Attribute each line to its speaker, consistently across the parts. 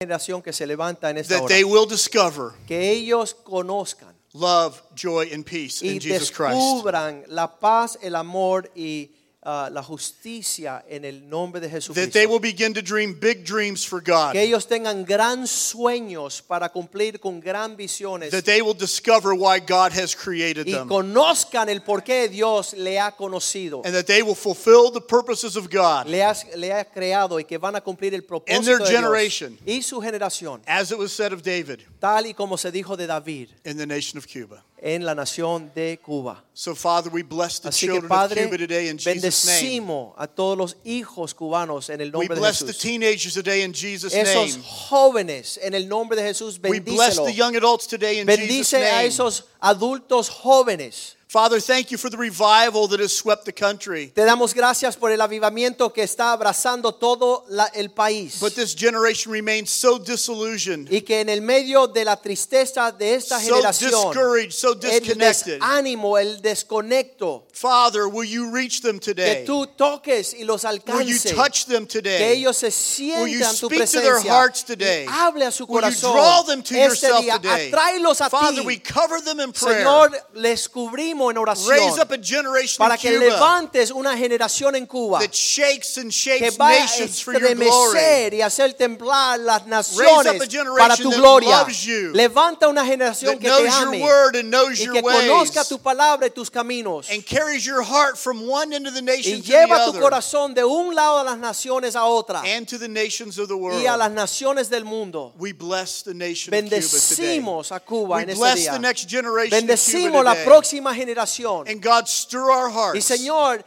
Speaker 1: generación que se levanta en esta
Speaker 2: that
Speaker 1: hora.
Speaker 2: they will discover
Speaker 1: Que ellos conozcan
Speaker 2: love, joy, and peace
Speaker 1: y
Speaker 2: in Jesus Christ.
Speaker 1: descubran la paz, el amor y ah, la justicia en el nombre de
Speaker 2: That they
Speaker 1: Jesucristo.
Speaker 2: will begin to dream big dreams for God.
Speaker 1: Que ellos tengan gran sueños para cumplir con gran visiones
Speaker 2: That they will discover why God has created
Speaker 1: y
Speaker 2: them.
Speaker 1: conozcan el por qué Dios le ha conocido,
Speaker 2: And that they will fulfill the purposes of God
Speaker 1: le ha, le ha creado y que van a cumplir el propósito
Speaker 2: their
Speaker 1: de Dios
Speaker 2: generation.
Speaker 1: y su generación,
Speaker 2: as it was said of David
Speaker 1: tal y como se dijo de David
Speaker 2: in the nation of Cuba.
Speaker 1: en la nación de Cuba.
Speaker 2: So, Father, we bless the
Speaker 1: Así que
Speaker 2: children of
Speaker 1: Padre,
Speaker 2: Cuba today in Jesus' name.
Speaker 1: bendecimos a todos los hijos cubanos en el
Speaker 2: We
Speaker 1: nombre de
Speaker 2: bless the
Speaker 1: Jesús.
Speaker 2: teenagers today in Jesus'
Speaker 1: Esos
Speaker 2: name.
Speaker 1: jóvenes en el nombre de Jesús,
Speaker 2: We bless
Speaker 1: bendícelo.
Speaker 2: the young adults today in Jesus'
Speaker 1: Bendice a
Speaker 2: name.
Speaker 1: esos adultos jóvenes.
Speaker 2: Father, thank you for the revival that has swept the country.
Speaker 1: Te damos gracias por el avivamiento que está abrazando todo la- el país.
Speaker 2: But this generation remains so disillusioned.
Speaker 1: Y que en el medio de la tristeza de esta
Speaker 2: So
Speaker 1: generación,
Speaker 2: discouraged, so
Speaker 1: el
Speaker 2: disconnected.
Speaker 1: desánimo, el desconecto,
Speaker 2: Father, will you reach them
Speaker 1: que
Speaker 2: today?
Speaker 1: tú toques y los
Speaker 2: Will you
Speaker 1: alcances.
Speaker 2: touch them
Speaker 1: que
Speaker 2: today?
Speaker 1: ellos se
Speaker 2: Will you
Speaker 1: sientan tu
Speaker 2: speak to their
Speaker 1: presencia
Speaker 2: hearts today?
Speaker 1: y hable a su
Speaker 2: Will you
Speaker 1: corazón
Speaker 2: draw them to
Speaker 1: este
Speaker 2: yourself
Speaker 1: día
Speaker 2: today?
Speaker 1: atráelos a
Speaker 2: Father, we
Speaker 1: ti
Speaker 2: cover them in prayer.
Speaker 1: Señor les cubrimos en oración
Speaker 2: Raise up a generation
Speaker 1: para
Speaker 2: in
Speaker 1: que
Speaker 2: Cuba
Speaker 1: levantes una generación en Cuba
Speaker 2: that shakes and
Speaker 1: que
Speaker 2: shapes
Speaker 1: va a
Speaker 2: nations for your glory.
Speaker 1: estremecer y hacer temblar las
Speaker 2: Raise
Speaker 1: naciones
Speaker 2: up a generation
Speaker 1: para tu
Speaker 2: that
Speaker 1: gloria
Speaker 2: loves you,
Speaker 1: levanta una generación
Speaker 2: That
Speaker 1: que te
Speaker 2: knows your
Speaker 1: ame
Speaker 2: word and knows
Speaker 1: y
Speaker 2: your
Speaker 1: que conozca
Speaker 2: ways
Speaker 1: tu palabra y tus caminos
Speaker 2: and carries your heart from one end of the nation
Speaker 1: y
Speaker 2: to the
Speaker 1: lleva tu
Speaker 2: other
Speaker 1: corazón de un lado de las naciones a otra
Speaker 2: and to the nations of the
Speaker 1: y a las
Speaker 2: world.
Speaker 1: naciones del mundo
Speaker 2: We bless the nation of Cuba today.
Speaker 1: Bendecimos a Cuba
Speaker 2: We
Speaker 1: en este
Speaker 2: bless the
Speaker 1: día.
Speaker 2: next generation in Cuba
Speaker 1: Bendecimos la
Speaker 2: today.
Speaker 1: próxima generación.
Speaker 2: And God stir our
Speaker 1: Y
Speaker 2: hearts
Speaker 1: Señor,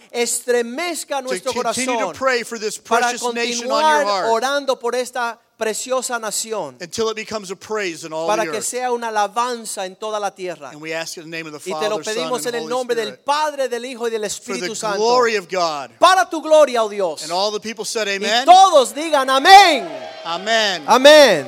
Speaker 1: estremezca
Speaker 2: to
Speaker 1: nuestro
Speaker 2: continue to
Speaker 1: corazón
Speaker 2: pray for this
Speaker 1: para
Speaker 2: precious nation on
Speaker 1: continuar
Speaker 2: your heart
Speaker 1: orando por esta preciosa nación,
Speaker 2: until it becomes a praise in all
Speaker 1: para
Speaker 2: the
Speaker 1: que
Speaker 2: earth.
Speaker 1: sea una alabanza en toda la tierra.
Speaker 2: And we ask in the name of the
Speaker 1: Y te lo
Speaker 2: Father, Son,
Speaker 1: pedimos en el
Speaker 2: and
Speaker 1: nombre
Speaker 2: Holy
Speaker 1: del
Speaker 2: Spirit
Speaker 1: Padre, del Hijo y del
Speaker 2: for the
Speaker 1: Espíritu Santo.
Speaker 2: glory of God.
Speaker 1: Para tu gloria, oh Dios.
Speaker 2: And all the people said,
Speaker 1: Y Ah.
Speaker 2: Amen.
Speaker 1: todos digan amén.
Speaker 2: Amen.
Speaker 1: Amén.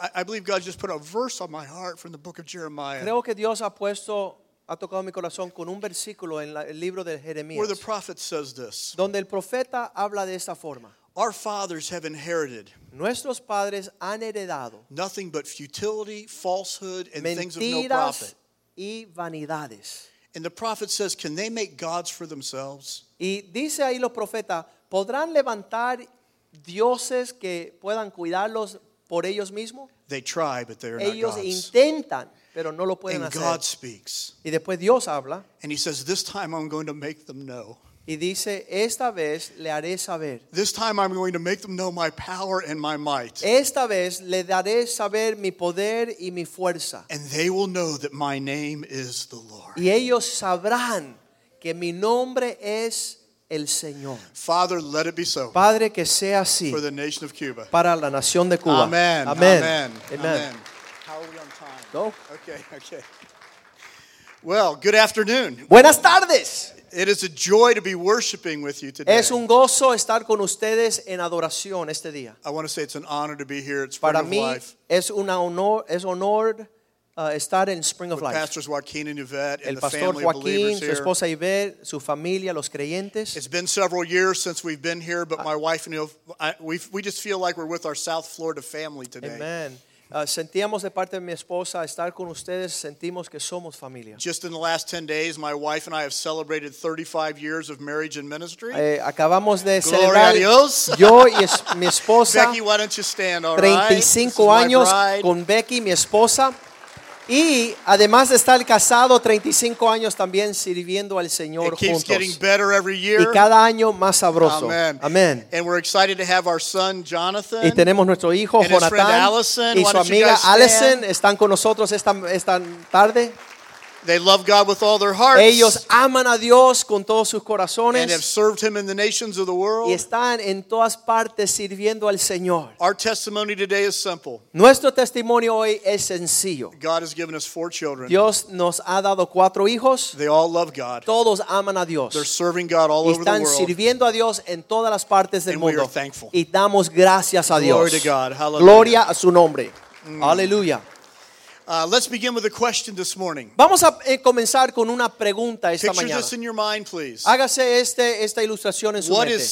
Speaker 2: I, I believe God just put a verse on my heart from the book of Jeremiah
Speaker 1: Creo que Dios ha puesto, ha tocado mi corazón con un versículo en la- el libro de
Speaker 2: where
Speaker 1: Jeremías.
Speaker 2: the prophet says this
Speaker 1: donde el profeta habla de esta forma.
Speaker 2: Our fathers have inherited
Speaker 1: Nuestros padres han heredado
Speaker 2: nothing but futility, falsehood, and things of no profit.
Speaker 1: mentiras y vanidades.
Speaker 2: And the prophet says, Can they make gods for themselves?
Speaker 1: Y dice ahí los profetas, ¿podrán levantar dioses que puedan cuidarlos por ellos mismos?
Speaker 2: They try, but they are not
Speaker 1: Ellos
Speaker 2: gods.
Speaker 1: intentan, pero no lo pueden
Speaker 2: And God
Speaker 1: hacer.
Speaker 2: speaks.
Speaker 1: Y después Dios habla
Speaker 2: And he says, This time I'm going to make them know.
Speaker 1: y dice, esta vez le haré saber.
Speaker 2: This time I'm going to make them know my power and my might.
Speaker 1: Esta vez le daré saber mi poder y mi fuerza.
Speaker 2: And they will know that my name is the Lord.
Speaker 1: Y ellos sabrán que mi nombre es el Señor.
Speaker 2: Father, let it be so
Speaker 1: Padre, que sea así
Speaker 2: for the nation of Cuba.
Speaker 1: para la nación de Cuba.
Speaker 2: Amen.
Speaker 1: Amén.
Speaker 2: Amen.
Speaker 1: Amen.
Speaker 2: Amen. How are we on time?
Speaker 1: Go.
Speaker 2: Okay, okay. Well, good afternoon.
Speaker 1: Buenas tardes.
Speaker 2: It is a joy to be worshiping with you today.
Speaker 1: Es un gozo estar con ustedes en adoración este día.
Speaker 2: I want to say it's an honor to be here at Spring
Speaker 1: Para
Speaker 2: of
Speaker 1: mí
Speaker 2: Life
Speaker 1: es un honor, es honor uh, estar en Spring of
Speaker 2: with
Speaker 1: Life.
Speaker 2: Pastors Joaquin and Yvette and
Speaker 1: El
Speaker 2: the
Speaker 1: pastor
Speaker 2: family of
Speaker 1: Joaquín,
Speaker 2: believers
Speaker 1: su
Speaker 2: here.
Speaker 1: esposa Iber, su familia, los creyentes.
Speaker 2: It's been several years since we've been here,
Speaker 1: Ah.
Speaker 2: but my wife and I, we we just feel like we're with our South Florida family today.
Speaker 1: Amén. Uh, sentíamos de parte de mi esposa estar con ustedes, sentimos que somos familia.
Speaker 2: Just in the last 10 days, my wife and I have celebrated 35 years of marriage and ministry.
Speaker 1: Eh, acabamos de
Speaker 2: Gloria
Speaker 1: celebrar
Speaker 2: a Dios.
Speaker 1: yo y es- mi esposa
Speaker 2: Becky, why don't you stand, all right? This is
Speaker 1: 35
Speaker 2: my
Speaker 1: años
Speaker 2: bride.
Speaker 1: con Becky, mi esposa. Y además de estar casado, 35 años también sirviendo al Señor
Speaker 2: It keeps getting
Speaker 1: juntos.
Speaker 2: better every
Speaker 1: Y
Speaker 2: year.
Speaker 1: cada año más sabroso.
Speaker 2: Amen.
Speaker 1: Amén.
Speaker 2: And we're excited to have our son, Jonathan.
Speaker 1: Y tenemos nuestro hijo
Speaker 2: And his friend
Speaker 1: Jonathan
Speaker 2: Allison.
Speaker 1: y
Speaker 2: Why
Speaker 1: su
Speaker 2: don't you
Speaker 1: amiga
Speaker 2: guys stand?
Speaker 1: Allison están con nosotros esta, esta tarde.
Speaker 2: They love God with all their hearts
Speaker 1: Ellos aman a Dios con todos sus
Speaker 2: and have
Speaker 1: corazones
Speaker 2: served Him in the nations of the
Speaker 1: y
Speaker 2: world.
Speaker 1: están en todas partes sirviendo al Señor.
Speaker 2: Our testimony today is simple
Speaker 1: Nuestro testimonio hoy es sencillo.
Speaker 2: God has given us four children.
Speaker 1: Dios nos ha dado cuatro hijos.
Speaker 2: They all love God,
Speaker 1: Todos aman a
Speaker 2: they're
Speaker 1: Dios.
Speaker 2: serving God all
Speaker 1: Y
Speaker 2: over the
Speaker 1: están
Speaker 2: world.
Speaker 1: sirviendo a Dios en todas las partes del
Speaker 2: And we are
Speaker 1: mundo.
Speaker 2: thankful.
Speaker 1: Y damos gracias a Dios.
Speaker 2: Glory to God. Hallelujah. Mm.
Speaker 1: Gloria a su nombre. Aleluya.
Speaker 2: Uh, let's begin with a question this morning.
Speaker 1: Vamos a eh, comenzar con una pregunta esta
Speaker 2: Picture
Speaker 1: mañana.
Speaker 2: this in your mind, please.
Speaker 1: Hágase este, esta ilustración en su
Speaker 2: What
Speaker 1: mente.
Speaker 2: is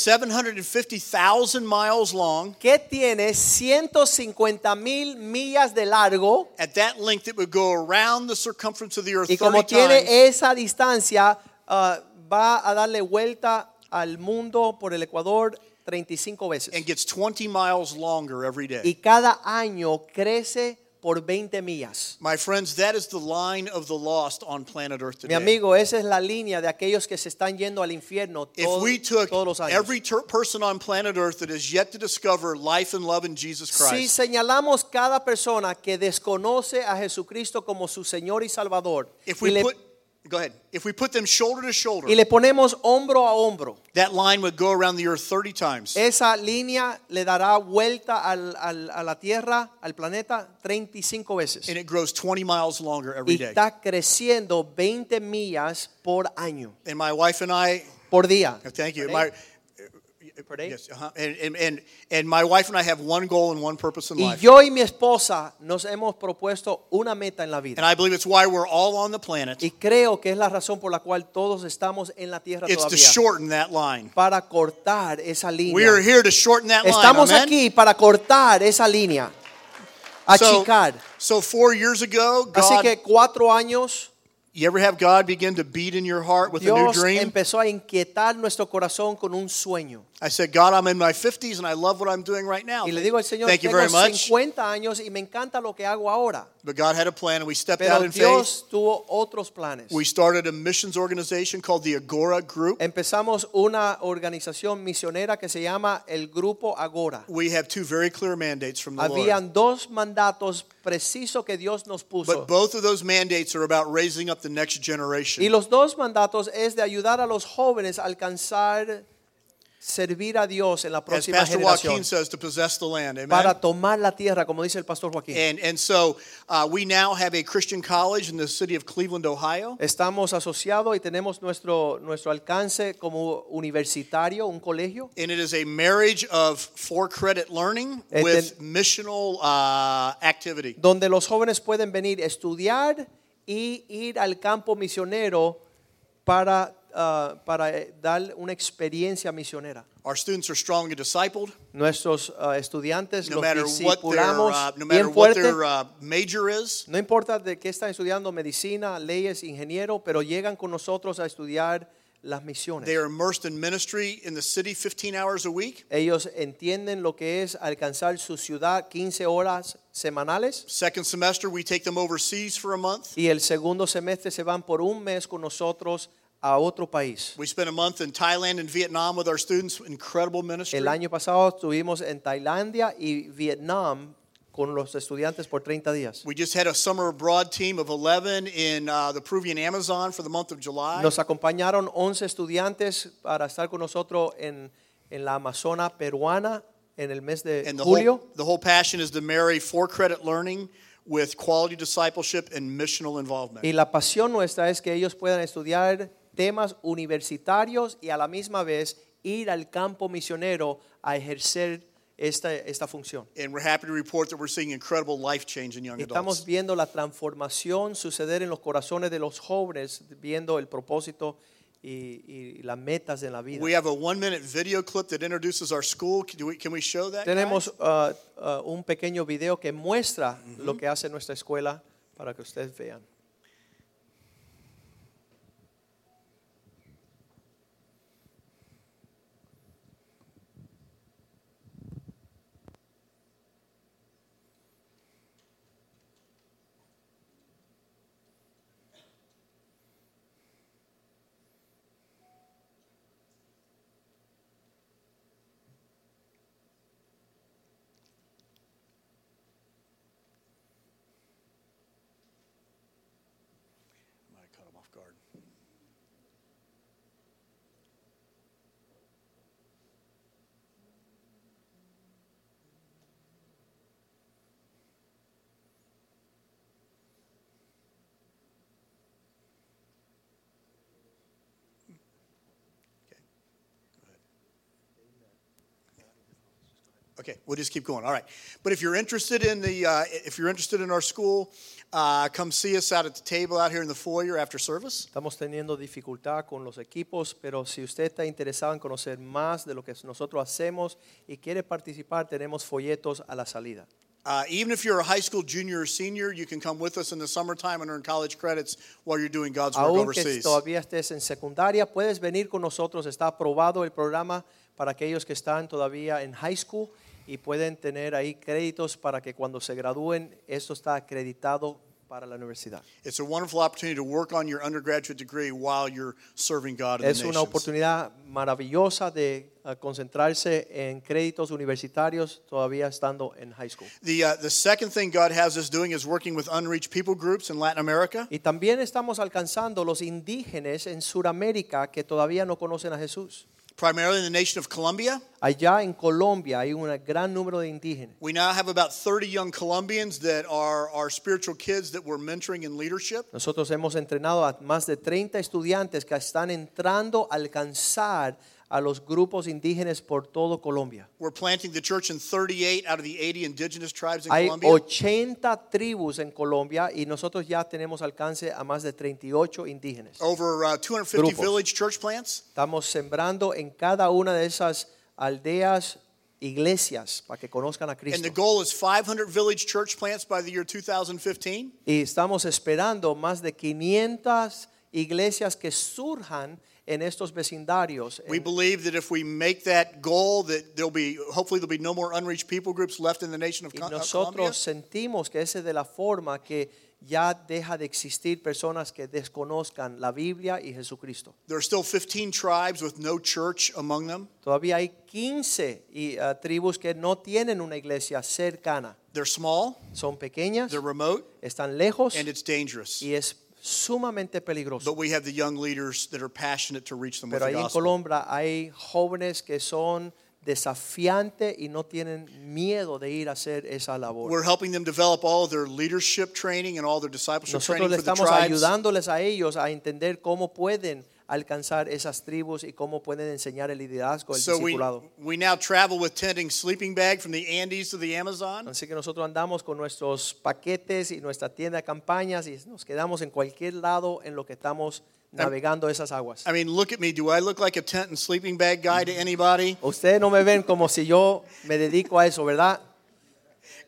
Speaker 2: 750,000 miles long?
Speaker 1: que tiene 150 mil millas de largo
Speaker 2: At that length, it would go around the circumference of the earth
Speaker 1: y
Speaker 2: 30
Speaker 1: como
Speaker 2: times.
Speaker 1: tiene esa distancia ah, va a darle vuelta al mundo por el Ecuador 35 veces
Speaker 2: and gets 20 miles longer every day.
Speaker 1: e- y cada año crece por 20 millas.
Speaker 2: My friends, that is the line of the lost on planet Earth
Speaker 1: Mi
Speaker 2: today.
Speaker 1: amigo, esa es la línea de aquellos que se están yendo al infierno
Speaker 2: if
Speaker 1: todo-
Speaker 2: we took
Speaker 1: todos los años.
Speaker 2: every ter- person on planet Earth that is yet to discover life and love in Jesus
Speaker 1: Si
Speaker 2: Christ,
Speaker 1: señalamos cada persona que desconoce a Jesucristo como su Señor y Salvador
Speaker 2: if
Speaker 1: y
Speaker 2: we
Speaker 1: le-
Speaker 2: put go ahead, if we put them shoulder to shoulder,
Speaker 1: y le ponemos hombro a hombro,
Speaker 2: that line would go around the earth 30 times.
Speaker 1: Esa línea le dará vuelta al- al- a la Tierra, al planeta, 35 veces.
Speaker 2: and it grows 20 miles longer every
Speaker 1: Y
Speaker 2: day.
Speaker 1: está creciendo 20 millas por año,
Speaker 2: And my wife and I, oh,
Speaker 1: por día.
Speaker 2: thank you.
Speaker 1: Per
Speaker 2: My,
Speaker 1: day. Per day.
Speaker 2: yes, uh-huh. and, and, and, and my wife and I have one goal and one purpose in
Speaker 1: Y
Speaker 2: life.
Speaker 1: yo y mi esposa nos hemos propuesto una meta en la
Speaker 2: and
Speaker 1: vida.
Speaker 2: I believe it's why we're all on the planet.
Speaker 1: Y creo que es la razón por la cual todos estamos en la Tierra
Speaker 2: It's to
Speaker 1: todavía.
Speaker 2: shorten that line.
Speaker 1: Para cortar esa
Speaker 2: We are
Speaker 1: línea.
Speaker 2: here to shorten that
Speaker 1: Estamos
Speaker 2: line. amen?
Speaker 1: aquí para cortar esa línea.
Speaker 2: So-
Speaker 1: Achicar.
Speaker 2: So, four years ago,
Speaker 1: Así
Speaker 2: God,
Speaker 1: que cuatro años.
Speaker 2: you ever have God begin to beat in your heart with a new
Speaker 1: Dios
Speaker 2: dream?
Speaker 1: empezó a inquietar nuestro corazón con un sueño.
Speaker 2: I said, God, I'm in my 50s and I love what I'm doing right now.
Speaker 1: Y le digo al Señor,
Speaker 2: Thank you
Speaker 1: tengo
Speaker 2: very much.
Speaker 1: 50 años y me encanta lo que hago ahora.
Speaker 2: But God had a plan and we stepped out
Speaker 1: Pero
Speaker 2: in faith.
Speaker 1: Dios tuvo otros planes.
Speaker 2: We started a missions organization called the Agora
Speaker 1: Eh,
Speaker 2: Group.
Speaker 1: Empezamos una organización misionera que se llama el Grupo Agora.
Speaker 2: We have two very clear mandates from the Lord.
Speaker 1: Habían dos mandatos precisos que Dios nos puso.
Speaker 2: But both of those mandates are about raising up the next
Speaker 1: Y
Speaker 2: generation.
Speaker 1: los dos mandatos es de ayudar a los jóvenes a alcanzar, servir a Dios en la
Speaker 2: As
Speaker 1: próxima
Speaker 2: Pastor Joaquin
Speaker 1: generación.
Speaker 2: says, to possess the land. Amen.
Speaker 1: Para tomar la tierra, como dice el pastor Joaquín.
Speaker 2: And, and so uh, we now have a Christian college in the city of Cleveland, Ohio.
Speaker 1: Estamos asociados y tenemos nuestro, nuestro alcance como universitario, un colegio.
Speaker 2: And it is a marriage of for credit learning
Speaker 1: Eh,
Speaker 2: with missional uh, activity.
Speaker 1: donde los jóvenes pueden venir a estudiar y ir al campo misionero para, ah, para eh, dar una experiencia misionera.
Speaker 2: Our students are strongly discipled,
Speaker 1: Nuestros ah, estudiantes
Speaker 2: no
Speaker 1: los
Speaker 2: matter what their,
Speaker 1: discipulamos
Speaker 2: uh, no matter
Speaker 1: bien
Speaker 2: what
Speaker 1: fuerte.
Speaker 2: their uh, major is.
Speaker 1: No importa de qué están estudiando, medicina, leyes, ingeniero, pero llegan con nosotros a estudiar las misiones.
Speaker 2: They are immersed in ministry in the city 15 hours a week,
Speaker 1: Ellos entienden lo que es alcanzar su ciudad 15 horas semanales.
Speaker 2: Second semester, we take them overseas for a month.
Speaker 1: y el segundo semestre se van por un mes con nosotros a otro país.
Speaker 2: We spent a month in Thailand and Vietnam with our students. Incredible ministry.
Speaker 1: El año pasado estuvimos en Tailandia y Vietnam con los estudiantes por 30 días.
Speaker 2: We just had a summer abroad team of 11 in uh, the Peruvian Amazon for the month of July.
Speaker 1: Nos acompañaron 11 estudiantes para estar con nosotros en, en la Amazona peruana en el mes de
Speaker 2: and the
Speaker 1: julio.
Speaker 2: whole, the whole passion is to marry for credit learning with quality discipleship and missional involvement.
Speaker 1: Y la pasión nuestra es que ellos puedan estudiar temas universitarios y a la misma vez ir al campo misionero a ejercer esta, esta función.
Speaker 2: and we're happy to report that we're seeing incredible life change in young
Speaker 1: Estamos
Speaker 2: adults.
Speaker 1: viendo la transformación suceder en los corazones de los jóvenes, viendo el propósito y, y las metas de la vida.
Speaker 2: We have a one minute video clip that introduces our school. Can we, can we show that?
Speaker 1: Tenemos
Speaker 2: guys?
Speaker 1: ah, ah, un pequeño video que muestra lo que hace nuestra escuela para que ustedes vean.
Speaker 2: Okay, we'll just keep going. All right. But if you're interested in the, uh, if you're interested in our school, uh, come see us out at the table out here in the foyer after service.
Speaker 1: Estamos teniendo dificultad con los equipos, pero si usted está interesado en conocer más de lo que nosotros hacemos y quiere participar, tenemos folletos a la salida.
Speaker 2: Uh, even if you're a high school junior or senior, you can come with us in the summertime and earn college credits while you're doing God's work
Speaker 1: Aunque
Speaker 2: overseas.
Speaker 1: todavía estés en secundaria, puedes venir con nosotros. Está aprobado el programa para aquellos que están todavía en high school y pueden tener ahí créditos para que cuando se gradúen, esto está acreditado para la universidad.
Speaker 2: It's a wonderful opportunity to work on your undergraduate degree while you're serving God in
Speaker 1: Es
Speaker 2: the
Speaker 1: una
Speaker 2: nations.
Speaker 1: oportunidad maravillosa de eh, concentrarse en créditos universitarios todavía estando en high school.
Speaker 2: The, uh, the second thing God has us doing is working with unreached people groups in Latin America.
Speaker 1: Y también estamos alcanzando los indígenas en Sudamérica que todavía no conocen a Jesús.
Speaker 2: primarily in the nation of Colombia.
Speaker 1: Allá en Colombia hay un gran número de indígenas.
Speaker 2: We now have about 30 young Colombians that are our spiritual kids that we're mentoring in leadership.
Speaker 1: Nosotros hemos entrenado a más de 30 estudiantes que están entrando a alcanzar a los grupos indígenas por todo Colombia.
Speaker 2: We're planting the church in 38 out of the 80 indigenous tribes in
Speaker 1: Hay
Speaker 2: Colombia.
Speaker 1: 80 tribus en Colombia y nosotros ya tenemos alcance a más de 38 indígenas.
Speaker 2: Over uh, 250
Speaker 1: Grupos.
Speaker 2: village church plants.
Speaker 1: Estamos sembrando en cada una de esas aldeas, iglesias, para que conozcan a
Speaker 2: And
Speaker 1: Cristo.
Speaker 2: the goal is 500 village church plants by the year 2015.
Speaker 1: Y estamos esperando más de 500 iglesias que surjan en estos vecindarios.
Speaker 2: We
Speaker 1: en-
Speaker 2: believe that if we make that goal, that there'll be hopefully there'll be no more unreached people groups left in the nation of
Speaker 1: Y
Speaker 2: Co- uh, Colombia.
Speaker 1: nosotros sentimos que esa es de la forma que ya deja de existir personas que desconozcan la Biblia y Jesucristo.
Speaker 2: There are still 15 tribes with no church among them.
Speaker 1: Todavía hay 15 y, ah, tribus que no tienen una iglesia cercana.
Speaker 2: They're small,
Speaker 1: Son pequeñas,
Speaker 2: they're remote,
Speaker 1: están lejos
Speaker 2: and it's dangerous.
Speaker 1: y es sumamente peligroso.
Speaker 2: But we have the young leaders that are passionate to reach them with
Speaker 1: Pero
Speaker 2: the
Speaker 1: ahí en
Speaker 2: gospel.
Speaker 1: Colombia hay jóvenes que son desafiantes y no tienen miedo de ir a hacer esa labor.
Speaker 2: We're helping them develop all of their leadership training and all their discipleship
Speaker 1: Nosotros
Speaker 2: training
Speaker 1: le
Speaker 2: for the
Speaker 1: estamos
Speaker 2: tribes.
Speaker 1: ayudándoles a ellos a entender cómo pueden alcanzar esas tribus y cómo pueden enseñar el liderazgo, el
Speaker 2: so we,
Speaker 1: discipulado.
Speaker 2: we now travel with tending sleeping bag from the Andes to the Amazon.
Speaker 1: Así que nosotros andamos con nuestros paquetes y nuestra tienda de campañas y nos quedamos en cualquier lado en lo que estamos navegando esas aguas.
Speaker 2: I mean, look at me. Do I look like a tent and sleeping bag guy to anybody?
Speaker 1: Ustedes no me ven como si yo me dedico a eso, ¿verdad?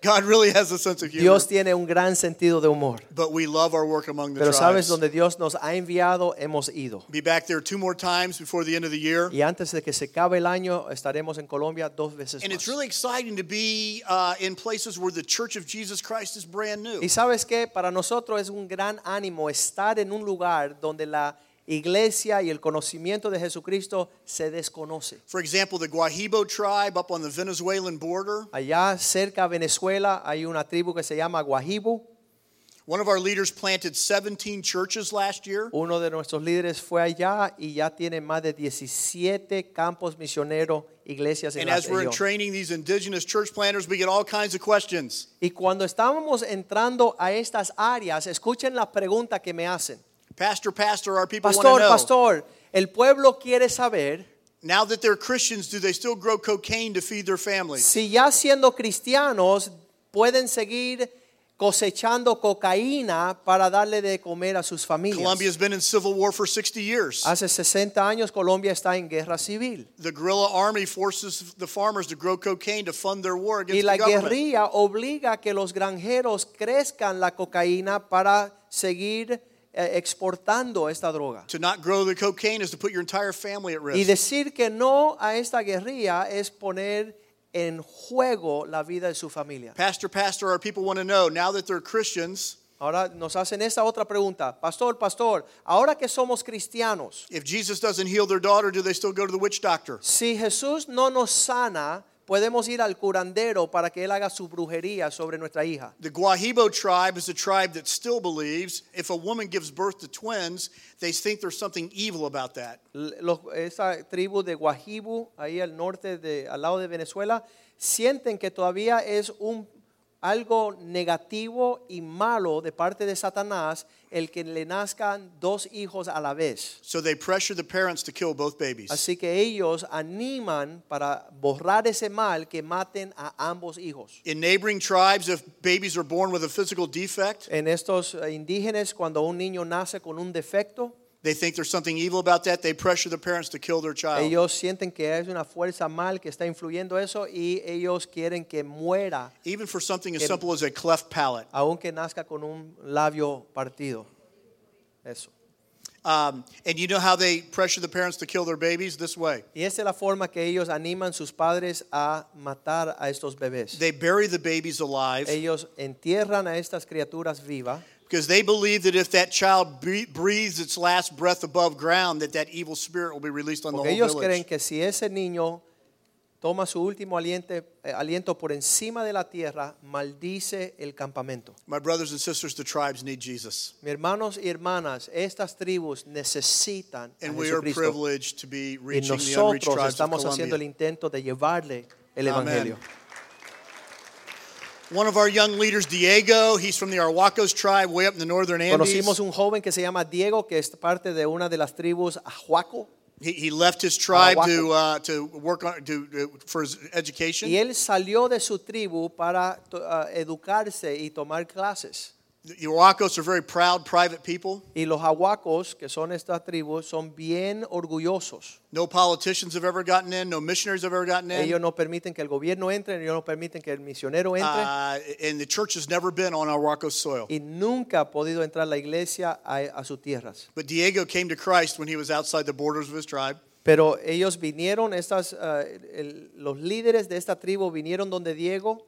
Speaker 2: God really has a sense of humor.
Speaker 1: Dios tiene un gran sentido de humor.
Speaker 2: But we love our work among the
Speaker 1: Pero sabes
Speaker 2: tribes.
Speaker 1: donde Dios nos ha enviado, hemos ido.
Speaker 2: Be back there two more times before the end of the year.
Speaker 1: Y antes de que se acabe el año, estaremos en Colombia dos veces
Speaker 2: And
Speaker 1: más.
Speaker 2: it's really exciting to be uh, in places where the Church of Jesus Christ is brand new.
Speaker 1: Y sabes que para nosotros es un gran ánimo estar en un lugar donde la iglesia y el conocimiento de Jesucristo se desconoce.
Speaker 2: For example, the Guajibo tribe up on the Venezuelan border.
Speaker 1: Allá cerca a Venezuela hay una tribu que se llama Guajibu.
Speaker 2: One of our leaders planted 17 churches last year.
Speaker 1: Uno de nuestros líderes fue allá y ya tiene más de 17 campos misioneros, iglesias en
Speaker 2: And
Speaker 1: la
Speaker 2: as we're
Speaker 1: región.
Speaker 2: training these indigenous church planters, we get all kinds of questions.
Speaker 1: Y cuando estábamos entrando a estas áreas, escuchen la pregunta que me hacen.
Speaker 2: Pastor, pastor, our people want
Speaker 1: Pastor,
Speaker 2: to know.
Speaker 1: pastor, el pueblo quiere saber
Speaker 2: Now that they're Christians, do they still grow cocaine to feed their families?
Speaker 1: si ya siendo cristianos pueden seguir cosechando cocaína para darle de comer a sus familias.
Speaker 2: Colombia's been in civil war for 60 years.
Speaker 1: Hace 60 años Colombia está en guerra civil
Speaker 2: The guerrilla army forces the farmers to grow cocaine to fund their war
Speaker 1: y
Speaker 2: against
Speaker 1: la
Speaker 2: the government.
Speaker 1: guerrilla obliga a que los granjeros crezcan la cocaína para seguir eh, exportando esta droga.
Speaker 2: To not grow the cocaine is to put your entire family at
Speaker 1: Y
Speaker 2: risk.
Speaker 1: decir que no a esta guerrilla es poner en juego la vida de su familia.
Speaker 2: Pastor, pastor, our people want to know. Now that they're Christians,
Speaker 1: Ahora nos hacen esta otra pregunta, pastor, pastor, ahora que somos cristianos,
Speaker 2: if Jesus doesn't heal their daughter, do they still go to the witch doctor?
Speaker 1: Si Jesús no nos sana, podemos ir al curandero para que él haga su brujería sobre nuestra hija.
Speaker 2: The Guajibo tribe is a tribe that still believes if a woman gives birth to twins, they think there's something evil about that.
Speaker 1: L- los- esa tribu de Guajibu, ahí al norte, de, al lado de Venezuela, sienten que todavía es un, algo negativo y malo de parte de Satanás el que le nazcan dos hijos a la vez.
Speaker 2: So they pressure the parents to kill both babies.
Speaker 1: Así que ellos animan para borrar ese mal que maten a ambos hijos.
Speaker 2: In neighboring tribes, if babies are born with a physical defect,
Speaker 1: En estos eh, indígenas, cuando un niño nace con un defecto,
Speaker 2: they think there's something evil about that. They pressure the parents to kill their child.
Speaker 1: ellos sienten que es una fuerza mal que está influyendo eso y ellos quieren que muera,
Speaker 2: Even for something as simple as a cleft palate.
Speaker 1: aunque nazca con un labio partido. Eso.
Speaker 2: Um, and you know how they pressure the parents to kill their babies? This way.
Speaker 1: Y esa es la forma que ellos animan sus padres a matar a estos bebés.
Speaker 2: They bury the babies alive
Speaker 1: Ellos entierran a estas criaturas vivas
Speaker 2: because they believe that if that child bre- breathes its last breath above ground, that that evil spirit will be released on the
Speaker 1: porque
Speaker 2: whole
Speaker 1: ellos creen
Speaker 2: village.
Speaker 1: que si ese niño toma su último aliente- eh, aliento por encima de la tierra, maldice el campamento.
Speaker 2: My brothers and sisters, the tribes need Jesus.
Speaker 1: Mis hermanos y hermanas, estas tribus necesitan a
Speaker 2: And we are
Speaker 1: Jesucristo
Speaker 2: privileged to be
Speaker 1: y
Speaker 2: reaching the unreached
Speaker 1: nosotros
Speaker 2: tribes of
Speaker 1: estamos haciendo el
Speaker 2: Colombia.
Speaker 1: intento de llevarle el
Speaker 2: Amén.
Speaker 1: evangelio.
Speaker 2: One of our young leaders, Diego, he's from the Arhuacos tribe way up in the northern
Speaker 1: Conocimos
Speaker 2: Andes.
Speaker 1: un joven que se llama Diego, que es parte de una de las tribus Ajuaco,
Speaker 2: He, he left his tribe to,
Speaker 1: Arhuaco.
Speaker 2: uh, to work on, to, to- uh, for his education.
Speaker 1: y él salió de su tribu para to- ah, educarse y tomar clases.
Speaker 2: The Arhuacos are very proud, private people.
Speaker 1: Y los Ajuacos, que son estas tribus, son bien orgullosos.
Speaker 2: No politicians have ever gotten in. No missionaries have ever gotten in.
Speaker 1: Ellos no permiten que el gobierno entre, ellos no permiten que el misionero entre.
Speaker 2: Uh, and the church has never been on Arhuaco soil.
Speaker 1: y nunca ha podido entrar la iglesia a, a sus tierras.
Speaker 2: But Diego came to Christ when he was outside the borders of his tribe.
Speaker 1: Pero ellos vinieron, estas, ah, el- los líderes de esta tribu vinieron donde Diego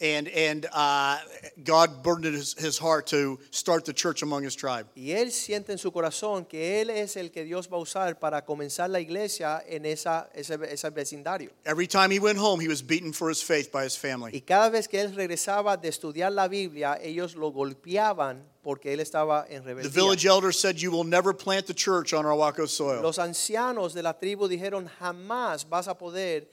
Speaker 2: And, and uh, God burdened his, his heart to start the church among his tribe.
Speaker 1: y él siente en su corazón que él es el que Dios va a usar para comenzar la iglesia en esa, ese, ese vecindario.
Speaker 2: Every time he went home, he was beaten for his faith by his
Speaker 1: Y
Speaker 2: family.
Speaker 1: cada vez que él regresaba de estudiar la Biblia, ellos lo golpeaban porque él estaba en
Speaker 2: The
Speaker 1: rebeldía.
Speaker 2: village elder said, You will never plant the church on Arhuaco soil.
Speaker 1: Los ancianos de la tribu dijeron, jamás vas a poder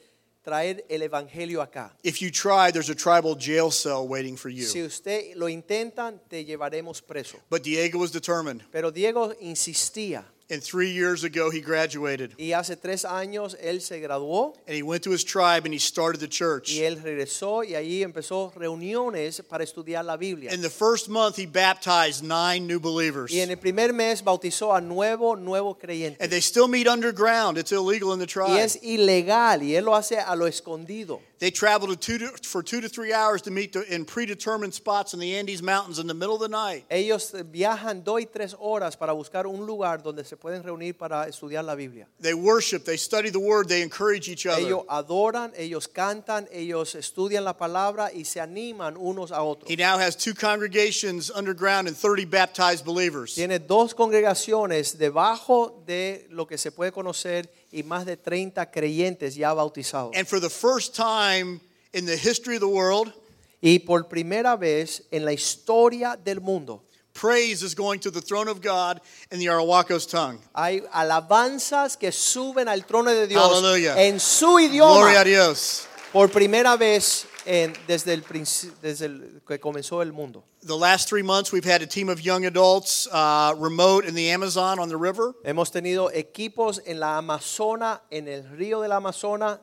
Speaker 1: traer el evangelio acá.
Speaker 2: If you try, there's a tribal jail cell waiting for
Speaker 1: Si
Speaker 2: you.
Speaker 1: usted lo intentan, te llevaremos preso.
Speaker 2: But Diego was determined.
Speaker 1: Pero Diego insistía
Speaker 2: And three years ago, he graduated.
Speaker 1: y hace tres años él se graduó
Speaker 2: And he went to his tribe and he started the church.
Speaker 1: y él regresó y ahí empezó reuniones para estudiar la Biblia.
Speaker 2: In the first month, he baptized nine new believers.
Speaker 1: Y en el primer mes bautizó a nuevo, nuevo
Speaker 2: And
Speaker 1: creyente.
Speaker 2: they still meet underground. It's illegal in the
Speaker 1: Y
Speaker 2: tribe.
Speaker 1: es ilegal y él lo hace a lo escondido.
Speaker 2: They travel to two to, for two to three hours to meet the, in predetermined spots in the Andes Mountains in the middle of the night.
Speaker 1: Ellos viajan dos y tres horas para buscar un lugar donde se pueden reunir para estudiar la Biblia.
Speaker 2: They worship, they study the word, they encourage each other.
Speaker 1: Ellos adoran, ellos cantan, ellos estudian la palabra y se animan unos a otros.
Speaker 2: He now has two congregations underground and 30 baptized believers.
Speaker 1: Tiene dos congregaciones debajo de lo que se puede conocer y más de 30 creyentes ya bautizados.
Speaker 2: And for the first time in the history of the world,
Speaker 1: Y por primera vez en la historia del mundo
Speaker 2: praise is going to the throne of God in the Arawako's tongue.
Speaker 1: hay alabanzas que suben al trono de Dios
Speaker 2: Aleluya.
Speaker 1: en su
Speaker 2: Gloria
Speaker 1: idioma
Speaker 2: a Dios.
Speaker 1: por primera vez en- desde, el, princi- desde el que comenzó el mundo.
Speaker 2: The last three months, we've had a team of young adults uh, remote in the Amazon on the river.
Speaker 1: Hemos tenido equipos en la Amazona, en el río de la Amazona,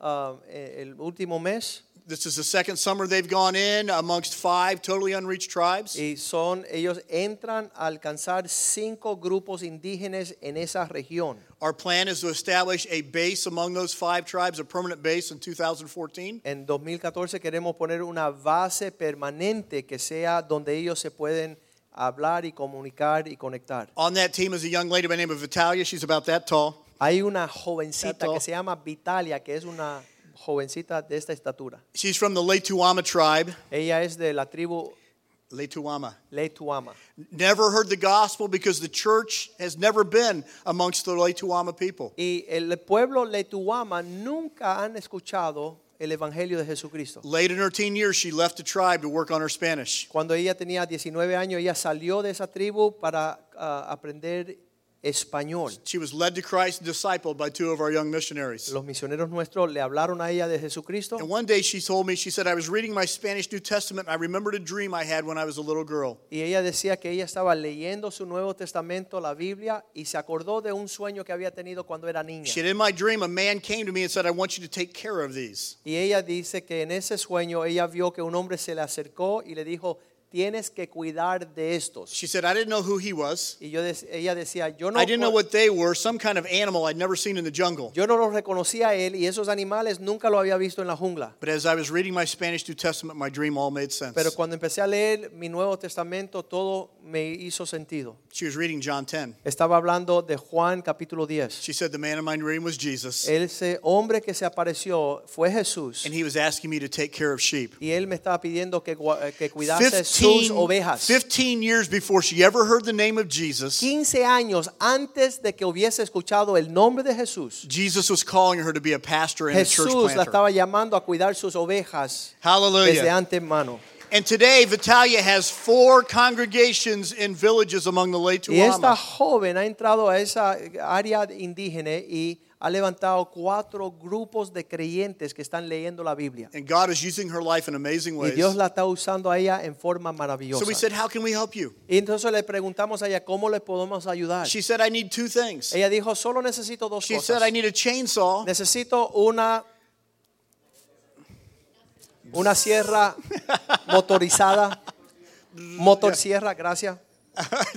Speaker 1: ah, el último mes.
Speaker 2: This is the second summer they've gone in amongst five totally unreached tribes.
Speaker 1: Y son, ellos entran a alcanzar cinco grupos indígenas en esa región.
Speaker 2: Our plan is to establish a base among those five tribes, a permanent base in 2014.
Speaker 1: En 2014 queremos poner una base permanente que sea donde ellos se pueden hablar y comunicar y conectar.
Speaker 2: On that team is a young lady by the name of Vitalia. She's about that tall.
Speaker 1: Hay una jovencita
Speaker 2: Tato.
Speaker 1: que se llama Vitalia, que es una jovencita de esta estatura.
Speaker 2: She's from the Letuama tribe.
Speaker 1: Ella es de la tribu
Speaker 2: Letuama.
Speaker 1: Leituama.
Speaker 2: Never heard the gospel because the church has never been amongst the Letuama people.
Speaker 1: Y el pueblo Leituama nunca han escuchado el Evangelio de Jesucristo.
Speaker 2: Late in her teen years, she left the tribe to work on her Spanish.
Speaker 1: Cuando ella tenía 19 años, ella salió de esa tribu para ah, aprender español.
Speaker 2: She was led to Christ and discipled by two of our young missionaries.
Speaker 1: Los misioneros nuestros le hablaron a ella de Jesucristo.
Speaker 2: And one day she told me, she said, I was reading my Spanish New Testament and I remembered a dream I had when I was a little girl.
Speaker 1: Y ella decía que ella estaba leyendo su Nuevo Testamento, la Biblia, y se acordó de un sueño que había tenido cuando era niña.
Speaker 2: She said, In my dream, a man came to me and said, I want you to take care of these.
Speaker 1: Y ella dice que en ese sueño ella vio que un hombre se le acercó y le dijo, tienes que cuidar de estos.
Speaker 2: She said, I didn't know who he was.
Speaker 1: Y yo dec- ella decía, yo no,
Speaker 2: I didn't know
Speaker 1: cu-
Speaker 2: what they were, some kind of animal I'd never seen in the jungle.
Speaker 1: yo no lo reconocía a él y esos animales nunca lo había visto en la jungla.
Speaker 2: But as I was reading my Spanish New Testament, my dream all made sense.
Speaker 1: Pero cuando empecé a leer mi Nuevo Testamento, todo me hizo sentido.
Speaker 2: She was reading John 10.
Speaker 1: Estaba hablando de Juan capítulo 10.
Speaker 2: She said, The man in my dream was
Speaker 1: Eh.
Speaker 2: Jesus,
Speaker 1: Ese hombre que se apareció fue Jesús.
Speaker 2: and he was asking me to take care of sheep.
Speaker 1: Y él me estaba pidiendo que, gua- eh, que cuidase sus
Speaker 2: 15,
Speaker 1: ovejas.
Speaker 2: 15 years before she ever heard the name of Jesus,
Speaker 1: 15 años antes de que hubiese escuchado el nombre de Jesús,
Speaker 2: Jesus was calling her to be a pastor and a church
Speaker 1: Jesús la
Speaker 2: planter.
Speaker 1: estaba llamando a cuidar sus ovejas desde
Speaker 2: Hallelujah.
Speaker 1: antemano.
Speaker 2: And today, Vitalia has four congregations in villages among the late
Speaker 1: Y esta
Speaker 2: Tuama.
Speaker 1: joven ha entrado a esa área indígena y ha levantado cuatro grupos de creyentes que están leyendo la Biblia.
Speaker 2: And God is using her life in amazing
Speaker 1: Y
Speaker 2: ways.
Speaker 1: Dios la está usando a ella en forma
Speaker 2: So we
Speaker 1: maravillosa.
Speaker 2: said, How can we help you?
Speaker 1: Y entonces le preguntamos a ella cómo le podemos ayudar.
Speaker 2: She said, I need two things.
Speaker 1: Ella dijo, solo necesito dos
Speaker 2: She
Speaker 1: cosas.
Speaker 2: said, I need a chainsaw
Speaker 1: Necesito una una sierra motorizada. Motor sierra, gracias.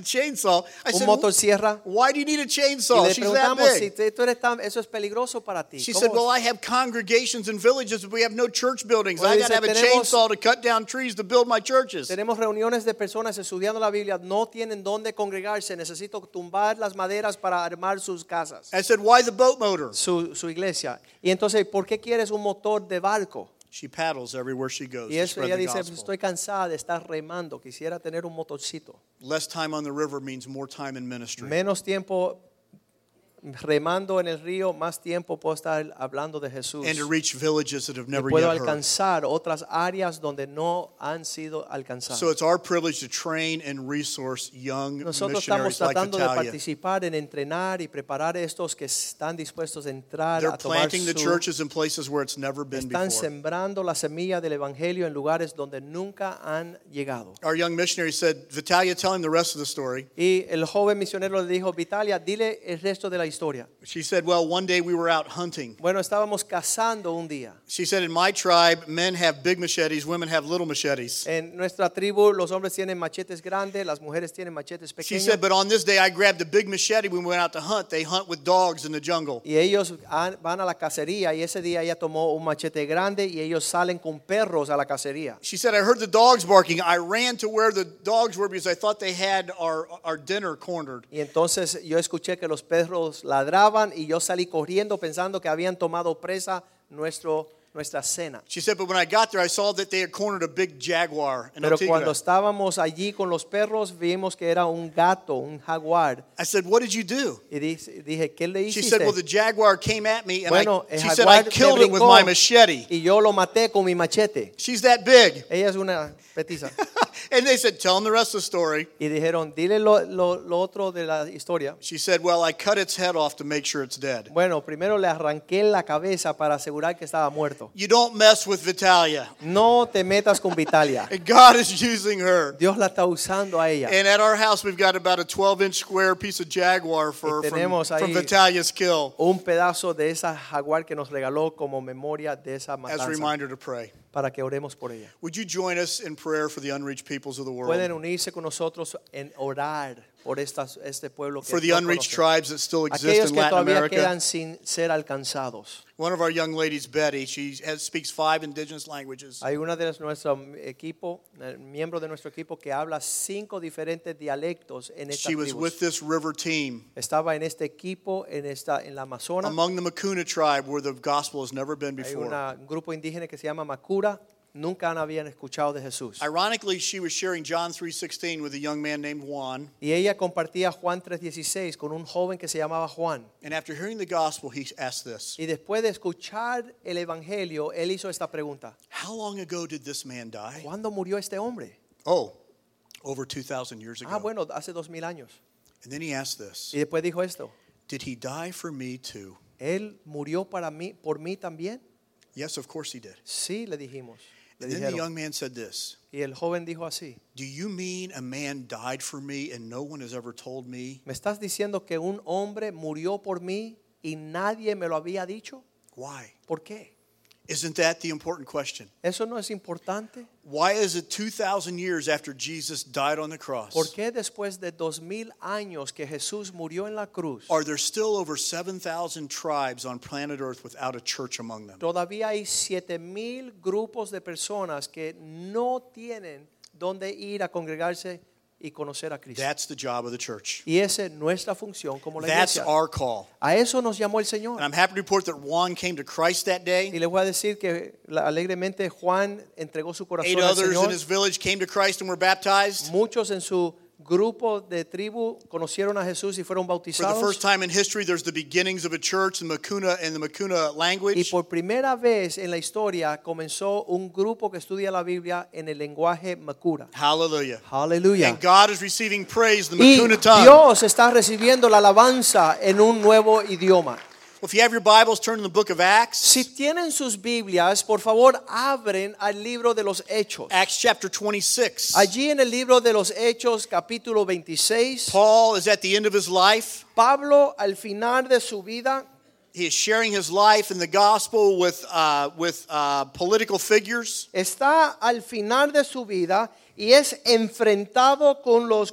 Speaker 2: chainsaw. I
Speaker 1: Un
Speaker 2: said,
Speaker 1: motor sierra.
Speaker 2: Why do you need a
Speaker 1: Y
Speaker 2: chainsaw?
Speaker 1: le
Speaker 2: She's that
Speaker 1: preguntamos si
Speaker 2: big.
Speaker 1: te- tú eres tan, eso es peligroso para ti.
Speaker 2: She
Speaker 1: ¿Cómo
Speaker 2: said, Well,
Speaker 1: es?
Speaker 2: I have congregations and villages, but we have no church buildings.
Speaker 1: Bueno,
Speaker 2: I got to
Speaker 1: dice,
Speaker 2: have a
Speaker 1: "Tenemos-
Speaker 2: chainsaw to cut down trees to build my churches.
Speaker 1: Tenemos reuniones de personas estudiando la Biblia, no tienen dónde congregarse, necesito tumbar las maderas para armar sus casas,
Speaker 2: I said, Why the boat motor?
Speaker 1: su, su iglesia. Y entonces, ¿por qué quieres un motor de barco?
Speaker 2: She paddles everywhere she goes.
Speaker 1: Y
Speaker 2: to
Speaker 1: eso
Speaker 2: spread
Speaker 1: ella
Speaker 2: the
Speaker 1: dice,
Speaker 2: gospel.
Speaker 1: estoy cansada de estar remando, quisiera tener un motorcito.
Speaker 2: Less time on the river means more time in ministry.
Speaker 1: Menos tiempo remando en el río, más tiempo puedo estar hablando de Jesús.
Speaker 2: and to reach villages that have
Speaker 1: Y
Speaker 2: never
Speaker 1: puedo
Speaker 2: yet heard.
Speaker 1: alcanzar otras áreas donde no han sido alcanzadas.
Speaker 2: So it's our privilege to train and resource young
Speaker 1: Nosotros estamos
Speaker 2: missionaries like
Speaker 1: tratando de
Speaker 2: Natalia.
Speaker 1: participar en entrenar y preparar estos que están dispuestos a entrar
Speaker 2: They're
Speaker 1: a tomar
Speaker 2: planting the
Speaker 1: su-
Speaker 2: churches in places where it's never been
Speaker 1: están
Speaker 2: before.
Speaker 1: sembrando la semilla del evangelio en lugares donde nunca han llegado.
Speaker 2: Our young missionary said, Vitalia, tell him the rest of the story.
Speaker 1: Y el joven misionero le dijo, Vitalia, dile el resto de la historia.
Speaker 2: She said, Well, one day we were out hunting.
Speaker 1: Bueno, estábamos cazando un día.
Speaker 2: She said, In my tribe, men have big machetes, women have little machetes.
Speaker 1: En nuestra tribu los hombres tienen machetes grandes, las mujeres tienen machetes
Speaker 2: She
Speaker 1: pequeños.
Speaker 2: said, But on this day I grabbed a big machete when we went out to hunt. They hunt with dogs in the jungle.
Speaker 1: y ellos han- van a la cacería y ese día ella tomó un machete grande y ellos salen con perros a la cacería.
Speaker 2: She said, I heard the dogs barking. I ran to where the dogs were because I thought they had our, our dinner cornered.
Speaker 1: Y entonces yo escuché que los perros ladraban y yo salí corriendo pensando que habían tomado presa nuestro, nuestra cena.
Speaker 2: She said, But when I got there, I saw that they had cornered a big jaguar. in
Speaker 1: Pero
Speaker 2: Antigua."
Speaker 1: cuando estábamos allí con los perros vimos que era un gato, un jaguar.
Speaker 2: I said, What did you do?
Speaker 1: Y dice- dije, ¿qué le
Speaker 2: She
Speaker 1: hiciste?
Speaker 2: said, Well, the jaguar came at me, and
Speaker 1: bueno,
Speaker 2: I,
Speaker 1: el
Speaker 2: she said, I
Speaker 1: jaguar me
Speaker 2: killed it with
Speaker 1: brincó
Speaker 2: my machete.
Speaker 1: y yo lo maté con mi machete.
Speaker 2: She's that big.
Speaker 1: Ella es una petiza.
Speaker 2: and they said, Tell him the rest of the story.
Speaker 1: Y dijeron, dile lo, lo- lo otro de la historia.
Speaker 2: She said, Well, I cut its head off to make sure it's dead.
Speaker 1: Bueno, primero le arranqué la cabeza para asegurar que estaba muerto.
Speaker 2: You don't mess with Vitalia.
Speaker 1: No te metas con Vitalia.
Speaker 2: And God is using her.
Speaker 1: Dios la está usando a ella.
Speaker 2: And at our house, we've got about a 12 inch square piece of jaguar for,
Speaker 1: Y
Speaker 2: from,
Speaker 1: tenemos
Speaker 2: from
Speaker 1: ahí-
Speaker 2: Vitalia's kill
Speaker 1: Un pedazo de esa jaguar que nos regaló como memoria de esa
Speaker 2: as a
Speaker 1: matanza
Speaker 2: reminder to pray.
Speaker 1: para que oremos por ella.
Speaker 2: Would you join us in prayer for the unreached peoples of the world?
Speaker 1: Pueden unirse con nosotros en orar por estas, este pueblo que
Speaker 2: for the
Speaker 1: no
Speaker 2: unreached
Speaker 1: conoce.
Speaker 2: tribes that still exist
Speaker 1: Aquellos
Speaker 2: in
Speaker 1: que
Speaker 2: Latin
Speaker 1: todavía
Speaker 2: America.
Speaker 1: quedan sin ser alcanzados.
Speaker 2: One of our young ladies, Betty, she has, speaks five indigenous languages.
Speaker 1: Hay una de las- nuestro equipo, eh, miembro de nuestro equipo que habla cinco diferentes dialectos en esta
Speaker 2: She was with this river team
Speaker 1: Estaba en este equipo en esta en la Amazonas.
Speaker 2: among the Makuna tribe where the gospel has never been
Speaker 1: Hay
Speaker 2: before.
Speaker 1: una- un grupo indígena que se llama Macura. Nunca han- habían escuchado de Jesús.
Speaker 2: Ironically, she was sharing John 3:16 with a young man named Juan,
Speaker 1: Y ella compartía Juan 3:16 con un joven que se llamaba Juan.
Speaker 2: and after hearing the gospel, he asked this:
Speaker 1: Y después de escuchar el evangelio, él hizo esta pregunta:
Speaker 2: How long ago did this man die?
Speaker 1: ¿Cuándo murió este hombre?
Speaker 2: Oh, over 2,000 years ago.
Speaker 1: Ah, bueno, hace dos mil años.
Speaker 2: And then he asked this
Speaker 1: Y después dijo esto,
Speaker 2: Did he die for me too?
Speaker 1: Él murió para mí, por mí también.
Speaker 2: Yes, of course he did.
Speaker 1: Sí, le dijimos. Le
Speaker 2: And then the
Speaker 1: dijeron.
Speaker 2: young man said this
Speaker 1: Y el joven dijo así,
Speaker 2: Do you mean a man died for me and no one has ever told me?
Speaker 1: ¿me estás diciendo que un hombre murió por mí y nadie me lo había dicho?
Speaker 2: Why?
Speaker 1: ¿Por qué?
Speaker 2: Isn't that the important question?
Speaker 1: ¿Eso no es importante?
Speaker 2: Why is it 2,000 years after Jesus died on the cross?
Speaker 1: ¿Por qué después de dos mil años que Jesús murió en la cruz,
Speaker 2: Are there still over 7,000 tribes on planet Earth without a church among them?
Speaker 1: todavía hay siete mil grupos de personas que no tienen dónde ir a congregarse y conocer a Cristo?
Speaker 2: That's the job of the church.
Speaker 1: y esa es nuestra función como la
Speaker 2: That's
Speaker 1: iglesia.
Speaker 2: our call.
Speaker 1: a eso nos llamó el
Speaker 2: And
Speaker 1: Señor.
Speaker 2: I'm happy to report that Juan came to Christ that
Speaker 1: Y
Speaker 2: day.
Speaker 1: les voy a decir que la- alegremente Juan entregó su
Speaker 2: Eight
Speaker 1: corazón al
Speaker 2: others in
Speaker 1: Señor.
Speaker 2: his village came to Christ and were baptized.
Speaker 1: Muchos en su grupo de tribu conocieron a Jesús y fueron
Speaker 2: For the
Speaker 1: bautizados.
Speaker 2: first time in history, there's the beginnings of a church in Makuna in the Makuna
Speaker 1: Y
Speaker 2: language.
Speaker 1: por primera vez en la historia comenzó un grupo que estudia la Biblia en el lenguaje Makura.
Speaker 2: Hallelujah.
Speaker 1: Aleluya.
Speaker 2: And God is receiving praise in the
Speaker 1: Y
Speaker 2: Makuna tongue. Well,
Speaker 1: Dios está recibiendo la alabanza en un nuevo idioma.
Speaker 2: if you have your Bibles, turn to the book of Acts.
Speaker 1: Si tienen sus Biblias, por favor abren al libro de los Hechos.
Speaker 2: Acts chapter 26.
Speaker 1: Allí en el libro de los Hechos, capítulo 26,
Speaker 2: Paul is at the end of his life.
Speaker 1: Pablo al final de su vida
Speaker 2: He is sharing his life and the gospel with, uh, with uh, political figures.
Speaker 1: está al final de su vida y es enfrentado con los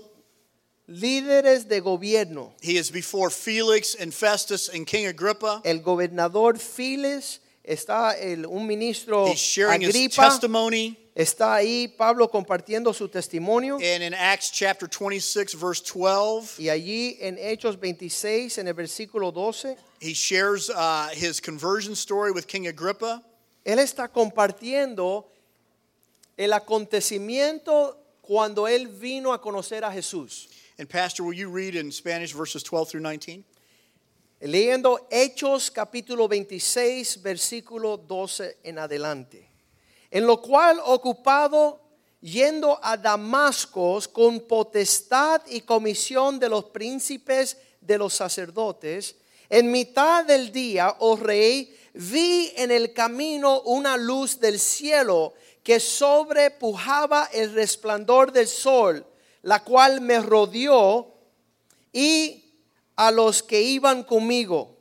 Speaker 1: líderes de gobierno,
Speaker 2: He is before Felix and Festus and King Agrippa.
Speaker 1: el gobernador Files, está el, un ministro
Speaker 2: He's sharing his
Speaker 1: Agripa,
Speaker 2: testimony.
Speaker 1: está ahí Pablo compartiendo su testimonio
Speaker 2: And in Acts chapter 26, verse 12,
Speaker 1: y allí en Hechos 26, en el versículo 12,
Speaker 2: he shares uh, his conversion story with King Agrippa.
Speaker 1: él está compartiendo el acontecimiento cuando él vino a conocer a Jesús.
Speaker 2: And Pastor, will you read in Spanish verses 12 through 19?
Speaker 1: Leyendo Hechos capítulo 26, versículo 12 en adelante. En lo cual ocupado yendo a Damasco con potestad y comisión de los príncipes de los sacerdotes, en mitad del día, oh rey, vi en el camino una luz del cielo que sobrepujaba el resplandor del sol, la cual me rodeó y a los que iban conmigo.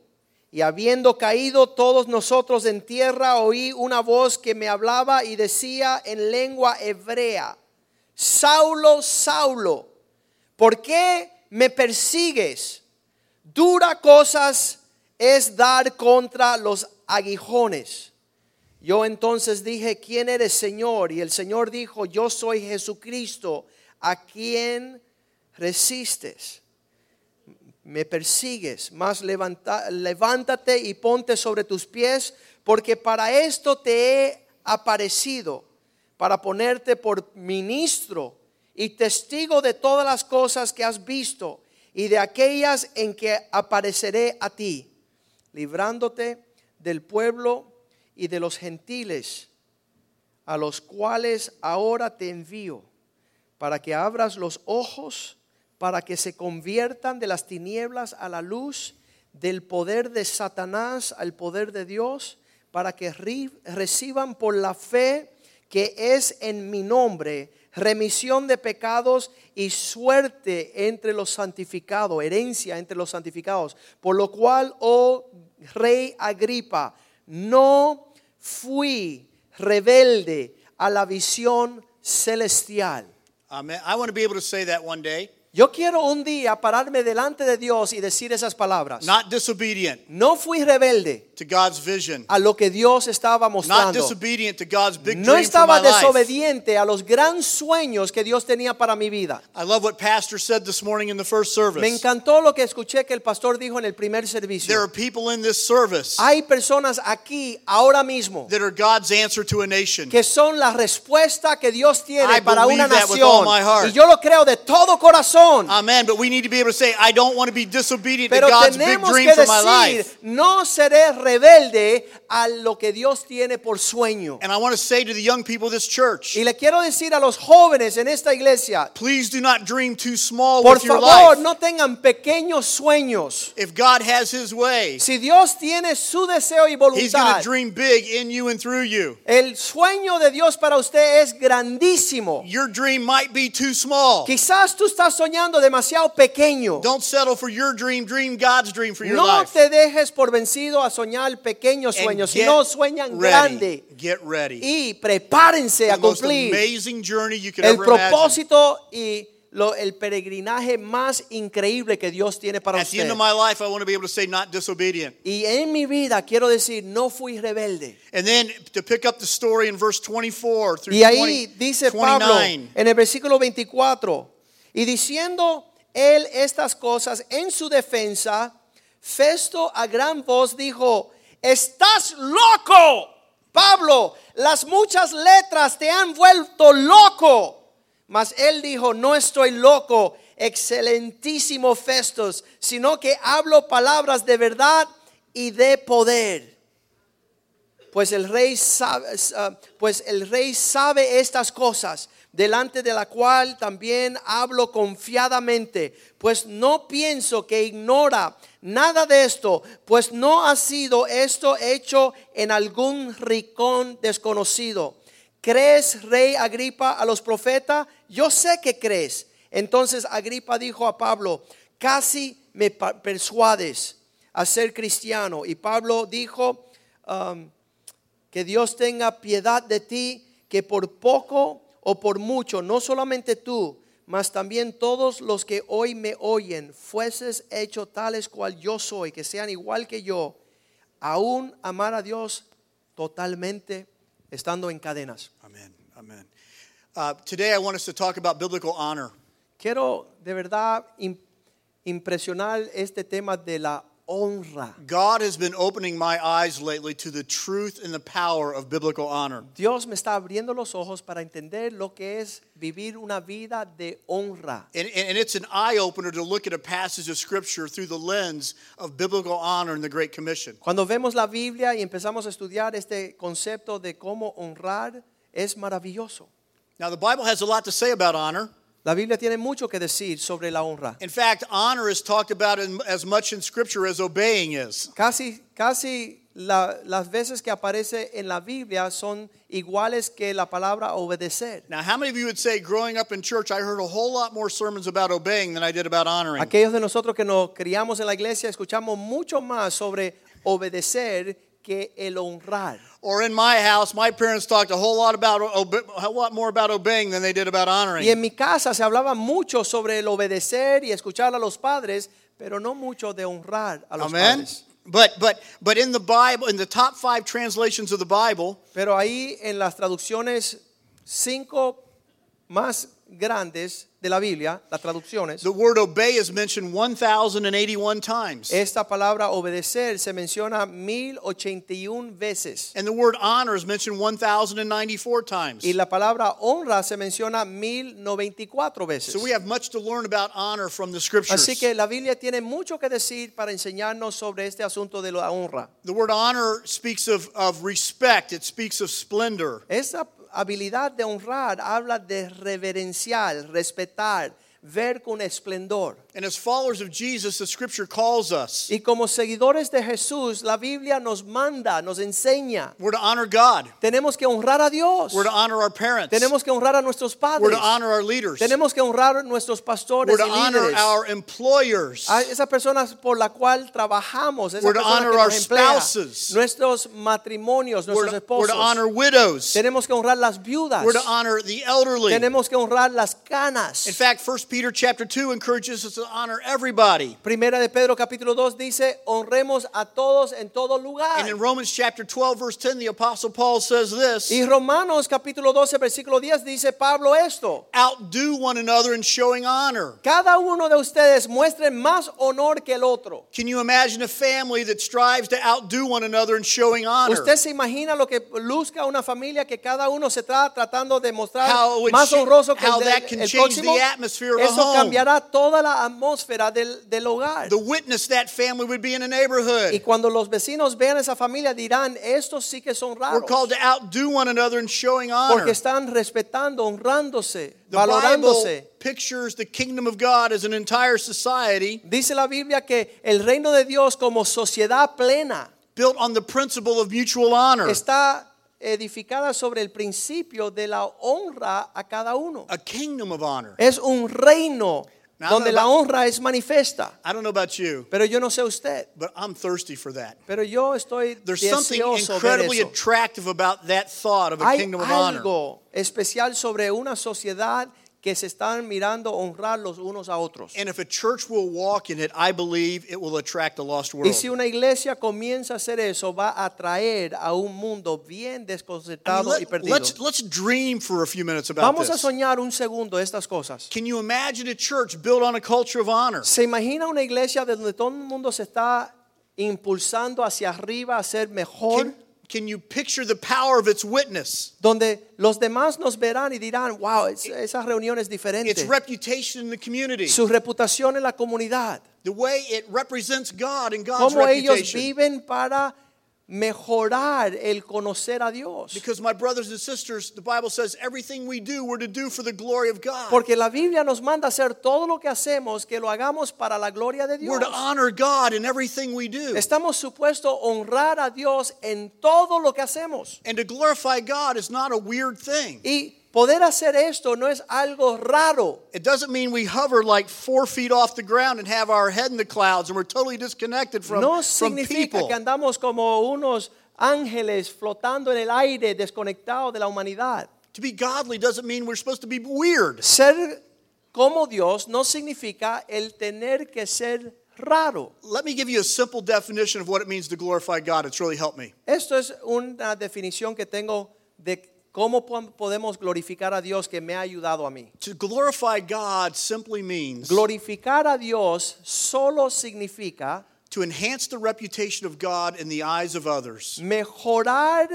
Speaker 1: Y habiendo caído todos nosotros en tierra, oí una voz que me hablaba y decía en lengua hebrea, Saulo, Saulo, ¿por qué me persigues? Dura cosas es dar contra los aguijones. Yo entonces dije, ¿quién eres Señor? Y el Señor dijo, yo soy Jesucristo, a quien resistes me persigues, mas levanta- levántate y ponte sobre tus pies, porque para esto te he aparecido, para ponerte por ministro y testigo de todas las cosas que has visto y de aquellas en que apareceré a ti, librándote del pueblo y de los gentiles, a los cuales ahora te envío para que abras los ojos, para que se conviertan de las tinieblas a la luz, del poder de Satanás al poder de Dios, para que ri- reciban por la fe que es en mi nombre remisión de pecados y suerte entre los santificados, herencia entre los santificados. Por lo cual, oh rey Agripa, no fui rebelde a la visión celestial.
Speaker 2: Amen. I want to be able to say that one day.
Speaker 1: Yo quiero un día pararme delante de Dios y decir esas palabras.
Speaker 2: Not disobedient
Speaker 1: no fui rebelde
Speaker 2: to God's vision.
Speaker 1: a lo que Dios estaba
Speaker 2: Not
Speaker 1: mostrando.
Speaker 2: disobedient to God's big
Speaker 1: No
Speaker 2: dream for my
Speaker 1: estaba
Speaker 2: life.
Speaker 1: desobediente a los gran sueños que Dios tenía para mi vida.
Speaker 2: I love what Pastor said this morning in the first service.
Speaker 1: Me encantó lo que escuché que el pastor dijo en el primer
Speaker 2: There are
Speaker 1: servicio.
Speaker 2: people in this service
Speaker 1: Hay personas aquí ahora mismo
Speaker 2: that are God's answer to a nation.
Speaker 1: que son la respuesta que Dios tiene
Speaker 2: I
Speaker 1: para una
Speaker 2: believe that with all
Speaker 1: nación.
Speaker 2: my heart.
Speaker 1: Y yo lo creo de todo bendición.
Speaker 2: Amen. But we need to be able to say, I don't want to be disobedient
Speaker 1: Pero
Speaker 2: to God's big
Speaker 1: tenemos
Speaker 2: dream
Speaker 1: que
Speaker 2: for my life.
Speaker 1: decir, no seré rebelde a lo que Dios tiene por sueño.
Speaker 2: And I want to say to the young people of this church,
Speaker 1: Y le quiero decir a los jóvenes en esta iglesia,
Speaker 2: please do not dream too small
Speaker 1: por
Speaker 2: with your
Speaker 1: favor,
Speaker 2: life.
Speaker 1: no tengan pequeños sueños.
Speaker 2: If God has his way,
Speaker 1: Si Dios tiene su deseo y
Speaker 2: he's going
Speaker 1: voluntad,
Speaker 2: to dream big in you and through you.
Speaker 1: el sueño de Dios para usted es grandísimo.
Speaker 2: Your dream might be too small.
Speaker 1: Quizás tú estás soñando demasiado pequeño.
Speaker 2: Don't settle for your dream. Dream God's dream for your
Speaker 1: No
Speaker 2: life.
Speaker 1: te dejes por vencido a soñar pequeños
Speaker 2: And
Speaker 1: sueños,
Speaker 2: get
Speaker 1: sino sueñan
Speaker 2: ready.
Speaker 1: grande.
Speaker 2: Get ready.
Speaker 1: Y prepárense
Speaker 2: The
Speaker 1: a
Speaker 2: most
Speaker 1: cumplir
Speaker 2: amazing journey you could
Speaker 1: el
Speaker 2: ever imagine.
Speaker 1: propósito y lo- el peregrinaje más increíble que Dios tiene para
Speaker 2: At the
Speaker 1: usted.
Speaker 2: end of my life, I want to be able to say, not disobedient.
Speaker 1: Y en mi vida quiero decir, no fui rebelde.
Speaker 2: And then to pick up the story in verse 24 through
Speaker 1: Y ahí
Speaker 2: 20
Speaker 1: dice Pablo
Speaker 2: 29.
Speaker 1: en el versículo 24, y diciendo él estas cosas en su defensa, Festo a gran voz dijo, estás loco, Pablo, las muchas letras te han vuelto loco. Mas él dijo, no estoy loco, excelentísimo Festos, sino que hablo palabras de verdad y de poder. Pues el rey sabe, ah, pues el rey sabe estas cosas, delante de la cual también hablo confiadamente, pues no pienso que ignora nada de esto, pues no ha sido esto hecho en algún rincón desconocido. ¿Crees, rey Agripa, a los profetas? Yo sé que crees. Entonces Agripa dijo a Pablo, casi me pa- persuades a ser cristiano. Y Pablo dijo, que Dios tenga piedad de ti, que por poco o por mucho, no solamente tú, mas también todos los que hoy me oyen, fueses hecho tales cual yo soy, que sean igual que yo, aún amar a Dios totalmente estando en cadenas.
Speaker 2: Amen. Amen. Uh, today, I want us to talk about biblical honor.
Speaker 1: Quiero de verdad im- impresionar este tema de la honra.
Speaker 2: God has been opening my eyes lately to the truth and the power of biblical honor.
Speaker 1: Dios me está abriendo los ojos para entender lo que es vivir una vida de honra.
Speaker 2: And, and, and it's an eye opener to look at a passage of Scripture through the lens of biblical honor and the Great Commission.
Speaker 1: Cuando vemos la Biblia y empezamos a estudiar este concepto de cómo honrar, es maravilloso.
Speaker 2: Now, the Bible has a lot to say about honor.
Speaker 1: La Biblia tiene mucho que decir sobre la honra.
Speaker 2: In fact, honor is talked about in, as much in Scripture as obeying is.
Speaker 1: Casi, casi la- las veces que aparece en la Biblia son iguales que la palabra obedecer.
Speaker 2: Now, how many of you would say growing up in church, I heard a whole lot more sermons about obeying than I did about honoring?
Speaker 1: Aquellos de nosotros que nos criamos en la iglesia escuchamos mucho más sobre obedecer que el honrar.
Speaker 2: Or in my house, my parents talked a whole lot about obe- a whole lot more about obeying than they did about honoring.
Speaker 1: Y en mi casa se hablaba mucho sobre el obedecer y escuchar a los padres, pero no mucho de honrar a los
Speaker 2: Amen.
Speaker 1: padres.
Speaker 2: But but but in the Bible, in the top five translations of the Bible,
Speaker 1: Pero ahí en las traducciones cinco más grandes de la Biblia, las traducciones,
Speaker 2: the word obey is mentioned 1,081 times.
Speaker 1: esta palabra obedecer se menciona 1081 veces
Speaker 2: And the word honor is mentioned 1,094 times.
Speaker 1: y la palabra honra se menciona 1094 veces.
Speaker 2: So we have much to learn about honor from the scriptures.
Speaker 1: Así que la Biblia tiene mucho que decir para enseñarnos sobre este asunto de la honra.
Speaker 2: the word honor speaks of, of respect, it speaks of splendor.
Speaker 1: Esa habilidad de honrar habla de reverenciar, respetar, ver con esplendor.
Speaker 2: And as followers of Jesus, the scripture calls us.
Speaker 1: Y como seguidores de Jesús, la Biblia nos manda, nos enseña.
Speaker 2: We're to honor God.
Speaker 1: Tenemos que honrar a Dios.
Speaker 2: We're to honor our parents.
Speaker 1: Tenemos que honrar a nuestros
Speaker 2: We're
Speaker 1: padres.
Speaker 2: to honor our leaders.
Speaker 1: Tenemos que honrar a nuestros pastores
Speaker 2: We're to
Speaker 1: y
Speaker 2: honor
Speaker 1: líderes. Ah,
Speaker 2: our employers.
Speaker 1: a esas personas por la cual trabajamos, esas
Speaker 2: We're to
Speaker 1: personas que
Speaker 2: honor
Speaker 1: nos
Speaker 2: our
Speaker 1: emplea,
Speaker 2: spouses.
Speaker 1: nuestros matrimonios,
Speaker 2: We're
Speaker 1: nuestros
Speaker 2: to, we're
Speaker 1: esposos.
Speaker 2: to honor widows.
Speaker 1: Tenemos que honrar las viudas.
Speaker 2: We're to honor the elderly. In
Speaker 1: Tenemos que honrar las canas.
Speaker 2: fact, 1 Peter chapter 2 encourages us to honor everybody.
Speaker 1: Primera de Pedro capítulo 2 dice, honremos a todos en todo lugar.
Speaker 2: And in Romans chapter 12 verse 10, the apostle Paul says this,
Speaker 1: Y Romanos capítulo 12 versículo 10 dice Pablo esto.
Speaker 2: outdo one another in showing honor.
Speaker 1: Cada uno de ustedes muestre más honor que el otro.
Speaker 2: Can you imagine a family that strives to outdo one another in showing honor?
Speaker 1: Usted se imagina lo que luzca una familia que cada uno se está tratando de mostrar
Speaker 2: How it would
Speaker 1: más
Speaker 2: sh-
Speaker 1: honroso que
Speaker 2: how
Speaker 1: el, de-
Speaker 2: that can
Speaker 1: el
Speaker 2: change
Speaker 1: próximo.
Speaker 2: the atmosphere atmosphere of a
Speaker 1: Eso
Speaker 2: home.
Speaker 1: cambiará toda la atmósfera del, del hogar.
Speaker 2: The witness that family would be in a
Speaker 1: Y
Speaker 2: neighborhood.
Speaker 1: cuando los vecinos vean a esa familia dirán, estos sí que son
Speaker 2: We're
Speaker 1: raros.
Speaker 2: called to outdo one another in showing honor.
Speaker 1: Porque están respetando, honrándose,
Speaker 2: the Bible
Speaker 1: valorándose.
Speaker 2: pictures the kingdom of God as an entire society
Speaker 1: Dice la Biblia que el reino de Dios como sociedad plena
Speaker 2: built on the principle of mutual honor.
Speaker 1: está edificada sobre el principio de la honra a cada uno.
Speaker 2: a kingdom of honor.
Speaker 1: Es un reino
Speaker 2: Nada
Speaker 1: donde la
Speaker 2: va-
Speaker 1: honra es manifiesta.
Speaker 2: I don't know about you,
Speaker 1: Pero yo no sé usted,
Speaker 2: but I'm thirsty for that.
Speaker 1: pero yo estoy
Speaker 2: There's something
Speaker 1: deseoso de
Speaker 2: incredibly
Speaker 1: eso.
Speaker 2: attractive about that thought of a
Speaker 1: Hay
Speaker 2: kingdom of honor.
Speaker 1: algo especial sobre una sociedad que se están mirando honrar los unos a otros.
Speaker 2: And if a church will walk in it, I believe it will attract a lost
Speaker 1: Y
Speaker 2: world.
Speaker 1: si una iglesia comienza a hacer eso, va a atraer a un mundo bien
Speaker 2: I mean,
Speaker 1: desconcertado y
Speaker 2: let,
Speaker 1: perdido.
Speaker 2: let's, let's dream for a few minutes about
Speaker 1: Vamos a
Speaker 2: this.
Speaker 1: soñar un segundo estas cosas.
Speaker 2: Can you imagine a church built on a culture of honor?
Speaker 1: ¿Se imagina una iglesia de donde todo el mundo se está impulsando hacia arriba a ser mejor?
Speaker 2: Can, can you picture the power of its witness,
Speaker 1: donde los demás nos verán y dirán, wow, es- esa reunión es
Speaker 2: its
Speaker 1: diferente.
Speaker 2: reputation in the community,
Speaker 1: Su reputación en la comunidad.
Speaker 2: the way it represents God and God's
Speaker 1: Cómo ellos
Speaker 2: reputation?
Speaker 1: viven para mejorar el conocer a Dios.
Speaker 2: Because my brothers and sisters, the Bible says everything we do, we're to do for the glory of God.
Speaker 1: Porque la Biblia nos manda a hacer todo lo que hacemos, que lo hagamos para la gloria de Dios.
Speaker 2: we're to honor God in everything we do.
Speaker 1: Estamos supuestos a honrar a Dios en todo lo que hacemos.
Speaker 2: And to glorify God is not a weird thing.
Speaker 1: Y poder hacer esto no es algo raro.
Speaker 2: It doesn't mean we hover like four feet off the ground and have our head in the clouds and we're totally disconnected from,
Speaker 1: no
Speaker 2: from
Speaker 1: significa
Speaker 2: people.
Speaker 1: que andamos como unos ángeles flotando en el aire desconectados de la humanidad.
Speaker 2: To be godly doesn't mean we're supposed to be weird.
Speaker 1: Ser como Dios no significa el tener que ser raro.
Speaker 2: Let me give you a simple definition of what it means to glorify God. It's really helped me.
Speaker 1: Esto es una definición que tengo de cómo po- podemos glorificar a Dios que me ha ayudado a mí.
Speaker 2: To glorify God simply means
Speaker 1: Glorificar a Dios solo significa
Speaker 2: to enhance the reputation of God in the eyes of others.
Speaker 1: mejorar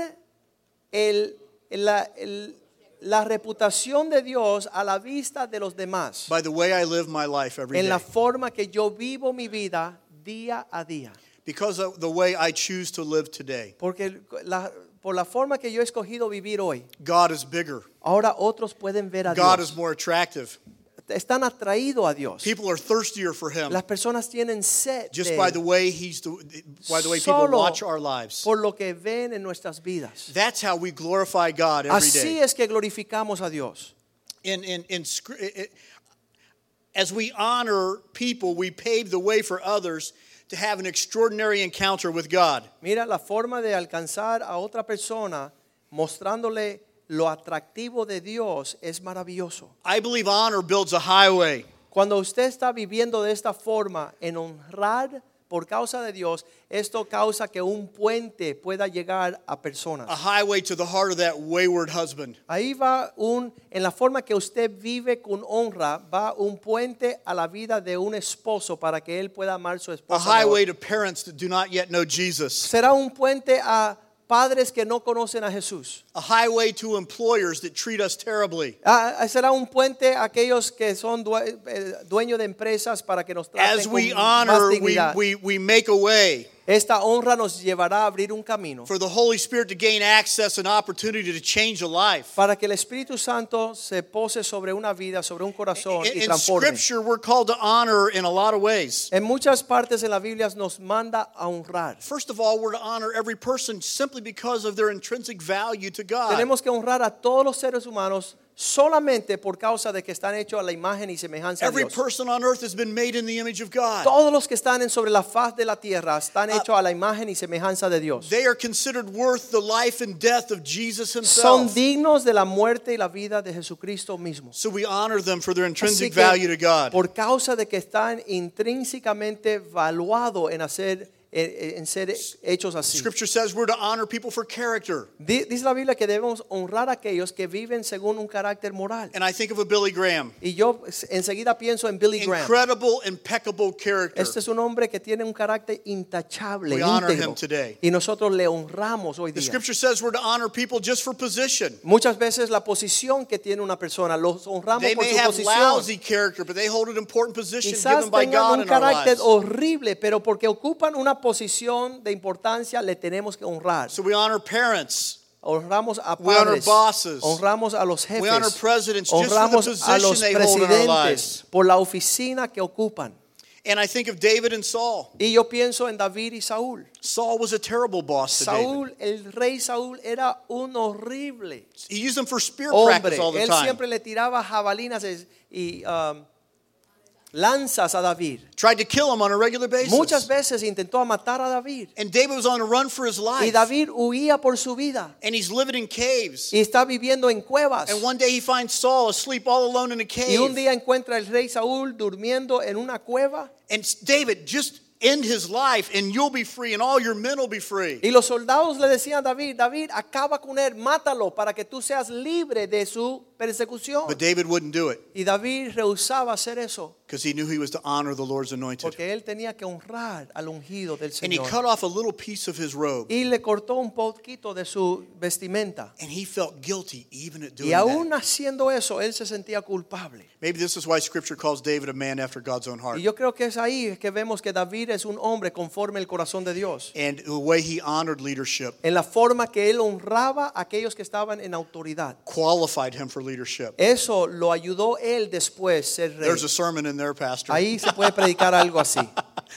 Speaker 1: el- la, el- la reputación de Dios a la vista de los demás
Speaker 2: by the way I live my life every
Speaker 1: en
Speaker 2: day.
Speaker 1: la forma que yo vivo mi vida día a día.
Speaker 2: Because of the way I choose to live today.
Speaker 1: Porque la- por la forma que yo he escogido vivir hoy,
Speaker 2: God is bigger.
Speaker 1: ahora otros pueden ver a
Speaker 2: God is
Speaker 1: Dios.
Speaker 2: more attractive.
Speaker 1: Están atraídos a Dios.
Speaker 2: People are thirstier for him
Speaker 1: Las personas tienen sed de
Speaker 2: just
Speaker 1: él
Speaker 2: by the way he's the, by the way people
Speaker 1: solo
Speaker 2: watch our lives.
Speaker 1: por lo que ven en nuestras vidas.
Speaker 2: That's how we glorify God every
Speaker 1: Así
Speaker 2: day.
Speaker 1: es que glorificamos a Dios.
Speaker 2: In in in scr- it- it- as we honor people, we pave the way for others to have an extraordinary encounter with God.
Speaker 1: Mira la forma de alcanzar a otra persona mostrándole lo atractivo de Dios es maravilloso.
Speaker 2: I believe honor builds a highway.
Speaker 1: Cuando usted está viviendo de esta forma en honrar por causa de Dios, esto causa que un puente pueda llegar a
Speaker 2: a
Speaker 1: personas.
Speaker 2: highway to the heart of that wayward husband.
Speaker 1: Ahí va un en la forma que usted vive con honra va un puente a la vida de un esposo para que él pueda amar a su
Speaker 2: A
Speaker 1: esposa. mejor.
Speaker 2: highway to parents that do not yet know Jesus.
Speaker 1: Será un puente a padres que no conocen a Jesús.
Speaker 2: A highway to employers that treat us terribly.
Speaker 1: Ah, será un puente a aquellos que son due- eh, dueños de empresas para que nos traten
Speaker 2: As
Speaker 1: con
Speaker 2: we
Speaker 1: más
Speaker 2: honor, we,
Speaker 1: dignidad.
Speaker 2: we, we make a way
Speaker 1: Esta honra nos llevará a abrir un camino
Speaker 2: for the Holy Spirit to gain access and opportunity to change a life.
Speaker 1: para que el Espíritu Santo se pose sobre una vida, sobre un corazón
Speaker 2: In,
Speaker 1: y
Speaker 2: in
Speaker 1: transforme.
Speaker 2: Scripture, we're called to honor in a lot of ways.
Speaker 1: En muchas partes de la Biblia nos manda a honrar.
Speaker 2: First of all, we're to honor every person simply because of their intrinsic value to God.
Speaker 1: Tenemos que honrar a todos los seres humanos solamente por causa de que están hechos a la imagen y semejanza de
Speaker 2: Every
Speaker 1: Dios.
Speaker 2: person on earth has been made in the image of God.
Speaker 1: Todos los que están en sobre la faz de la tierra están hechos a la imagen y semejanza de Dios.
Speaker 2: Ah. They are considered worth the life and death of Jesus
Speaker 1: Son
Speaker 2: himself.
Speaker 1: dignos de la muerte y la vida de Jesucristo mismo.
Speaker 2: So we honor them for their
Speaker 1: Así
Speaker 2: intrinsic
Speaker 1: que,
Speaker 2: value to God.
Speaker 1: Por causa de que están intrínsecamente valuados en hacer en, en ser hechos así.
Speaker 2: Scripture says we're to honor people for character.
Speaker 1: Di- Dice la Biblia que debemos honrar a aquellos que viven según un carácter moral.
Speaker 2: And I think of a Billy Graham.
Speaker 1: Y yo enseguida pienso en Billy Graham.
Speaker 2: Incredible, impeccable character.
Speaker 1: Este es un hombre que tiene un carácter intachable,
Speaker 2: We honor
Speaker 1: íntegro.
Speaker 2: him today.
Speaker 1: Y nosotros le honramos hoy
Speaker 2: The
Speaker 1: día.
Speaker 2: scripture says we're to honor people just for position.
Speaker 1: Muchas veces la posición que tiene una persona, los honramos
Speaker 2: They
Speaker 1: por
Speaker 2: may
Speaker 1: su
Speaker 2: have
Speaker 1: posición.
Speaker 2: lousy character, but they hold an important position
Speaker 1: Quizás
Speaker 2: given by
Speaker 1: tengan
Speaker 2: God
Speaker 1: un
Speaker 2: in our
Speaker 1: carácter
Speaker 2: lives.
Speaker 1: horrible, pero porque ocupan una posición de importancia, le tenemos que honrar.
Speaker 2: So we honor parents.
Speaker 1: Honramos a
Speaker 2: We honor
Speaker 1: padres,
Speaker 2: bosses.
Speaker 1: honramos a los jefes,
Speaker 2: honor presidents just for the
Speaker 1: honramos a
Speaker 2: position
Speaker 1: los
Speaker 2: they hold in our
Speaker 1: presidentes
Speaker 2: lives.
Speaker 1: por la oficina que ocupan.
Speaker 2: And I think of David and Saul.
Speaker 1: Y yo pienso en David y Saúl.
Speaker 2: Saul was a terrible boss to David.
Speaker 1: Saúl, el rey Saúl era un horrible
Speaker 2: He used them for spear
Speaker 1: hombre.
Speaker 2: practice all the
Speaker 1: Él
Speaker 2: time.
Speaker 1: siempre le tiraba jabalinas es- y um, lanzas a David.
Speaker 2: Tried to kill him on a regular basis.
Speaker 1: Muchas veces intentó matar a David.
Speaker 2: And David was on the run for his life.
Speaker 1: Y David huía por su vida
Speaker 2: And he's living in caves.
Speaker 1: y está viviendo en cuevas.
Speaker 2: And one day he finds Saul asleep all alone in a
Speaker 1: Y
Speaker 2: cave.
Speaker 1: un día encuentra el rey Saúl durmiendo en una cueva.
Speaker 2: And David, just end his life and you'll be free and all your men will be free.
Speaker 1: Y los soldados le decían a David, David, acaba con él, mátalo para que tú seas libre de su persecución.
Speaker 2: But David wouldn't do it
Speaker 1: Y David rehusaba hacer eso
Speaker 2: because he knew he was to honor the Lord's anointed.
Speaker 1: porque él tenía que honrar al ungido del
Speaker 2: And he cut
Speaker 1: Señor.
Speaker 2: off a little piece of his robe.
Speaker 1: Y le cortó un poquito de su vestimenta.
Speaker 2: And he felt guilty even at doing
Speaker 1: Y aún
Speaker 2: that.
Speaker 1: haciendo eso, él se sentía culpable.
Speaker 2: Maybe this is why scripture calls David a man after God's own heart.
Speaker 1: Y yo creo que es ahí que vemos que David es un hombre conforme el corazón de Dios.
Speaker 2: And the way he honored leadership
Speaker 1: En la forma que él honraba a aquellos que estaban en autoridad.
Speaker 2: qualified him for leadership.
Speaker 1: Eso lo ayudó él después ser rey.
Speaker 2: There's a sermon in there, Pastor.
Speaker 1: Ahí se puede predicar algo así.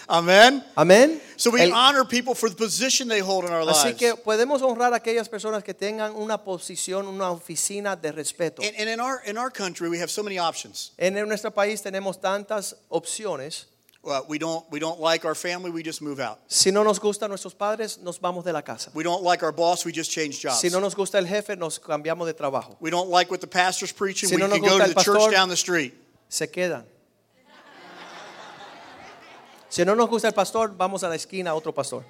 Speaker 2: Amen.
Speaker 1: Amén.
Speaker 2: So we
Speaker 1: El-
Speaker 2: honor people for the position they hold in our
Speaker 1: así
Speaker 2: lives.
Speaker 1: que podemos honrar a aquellas personas que tengan una posición, una oficina de respeto.
Speaker 2: And, and in our in our country, we have so many options.
Speaker 1: En nuestro país tenemos tantas opciones.
Speaker 2: Well, we don't we don't like our family, we just move out.
Speaker 1: Si no nos gustan nuestros padres, nos vamos de la casa.
Speaker 2: We don't like our boss, we just change jobs.
Speaker 1: Si no nos gusta el jefe, nos cambiamos de trabajo.
Speaker 2: we don't like what the pastor's preaching,
Speaker 1: Si
Speaker 2: we
Speaker 1: no nos
Speaker 2: can go
Speaker 1: gusta el
Speaker 2: to the
Speaker 1: pastor-
Speaker 2: church down the street.
Speaker 1: Se quedan. Si no nos gusta el pastor, vamos a la esquina a otro pastor.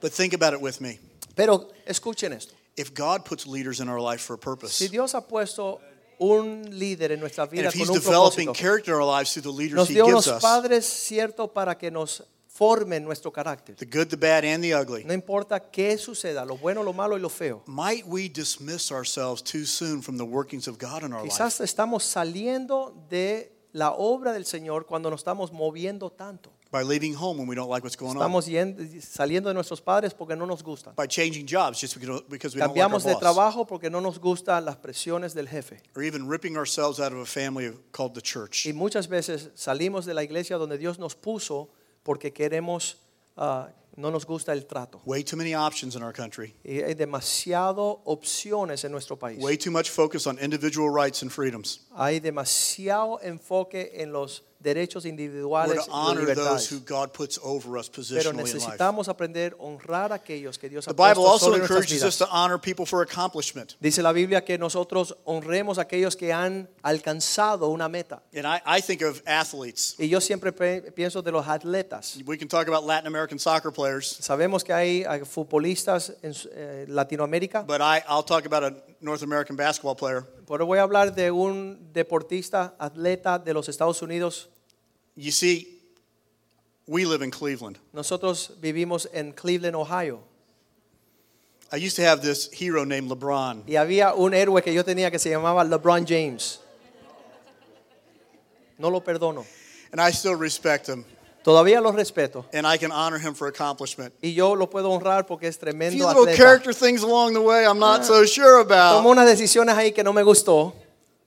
Speaker 2: But think about it with me.
Speaker 1: Pero escuchen esto.
Speaker 2: If God puts leaders in our life for a purpose,
Speaker 1: Si Dios ha puesto un líder en nuestra
Speaker 2: and
Speaker 1: vida
Speaker 2: if He's
Speaker 1: con un
Speaker 2: developing
Speaker 1: propósito,
Speaker 2: character in our lives through the leaders
Speaker 1: nos
Speaker 2: He
Speaker 1: dio unos
Speaker 2: gives us,
Speaker 1: padres cierto para que nos formen nuestro carácter.
Speaker 2: the good, the bad, and the ugly,
Speaker 1: No importa qué suceda, lo bueno, lo malo y lo feo.
Speaker 2: might we dismiss ourselves too soon from the workings of God in our life?
Speaker 1: Quizás estamos saliendo de la obra del Señor cuando nos estamos moviendo tanto.
Speaker 2: by leaving home when we don't like what's going on,
Speaker 1: Estamos yendo- saliendo de nuestros padres porque no nos gustan.
Speaker 2: by changing jobs just because because we don't like our
Speaker 1: Cambiamos de
Speaker 2: boss,
Speaker 1: trabajo porque no nos gustan las presiones del jefe.
Speaker 2: or even ripping ourselves out of a family called the church.
Speaker 1: Y muchas veces salimos de la iglesia donde Dios nos puso porque queremos, ah, no nos gusta el trato.
Speaker 2: Way too many options in our country.
Speaker 1: Y hay demasiado opciones en nuestro país.
Speaker 2: Way too much focus on individual rights and freedoms.
Speaker 1: Hay demasiado enfoque en los derechos
Speaker 2: We're
Speaker 1: individuales
Speaker 2: to
Speaker 1: y
Speaker 2: honor those who
Speaker 1: libertades.
Speaker 2: God puts over us
Speaker 1: Pero
Speaker 2: positionally in life.
Speaker 1: necesitamos aprender a honrar a aquellos que Dios ha
Speaker 2: The Bible
Speaker 1: puesto
Speaker 2: also
Speaker 1: sobre nuestras
Speaker 2: encourages us
Speaker 1: vidas.
Speaker 2: to honor people for accomplishment.
Speaker 1: Dice la Biblia que nosotros honremos a aquellos que han alcanzado una meta.
Speaker 2: And I, I think of athletes.
Speaker 1: Y yo siempre pe- pienso de los atletas.
Speaker 2: We can talk about Latin American soccer players,
Speaker 1: Sabemos que hay eh, futbolistas en su- eh, Latinoamérica,
Speaker 2: but I, I'll talk about a North American basketball player.
Speaker 1: pero voy a hablar de un deportista, atleta de los Estados Unidos.
Speaker 2: You see, we live in Cleveland.
Speaker 1: Nosotros vivimos en Cleveland, Ohio,
Speaker 2: I used to have this hero named LeBron.
Speaker 1: y había un héroe que yo tenía que se llamaba LeBron James. No lo perdono.
Speaker 2: And I still respect him,
Speaker 1: Todavía lo respeto
Speaker 2: and I can honor him for accomplishment.
Speaker 1: y yo lo puedo honrar porque es
Speaker 2: A few
Speaker 1: tremendo
Speaker 2: little
Speaker 1: atleta.
Speaker 2: character things along the way I'm not so sure
Speaker 1: Tomó
Speaker 2: about.
Speaker 1: unas decisiones ahí que no me gustó.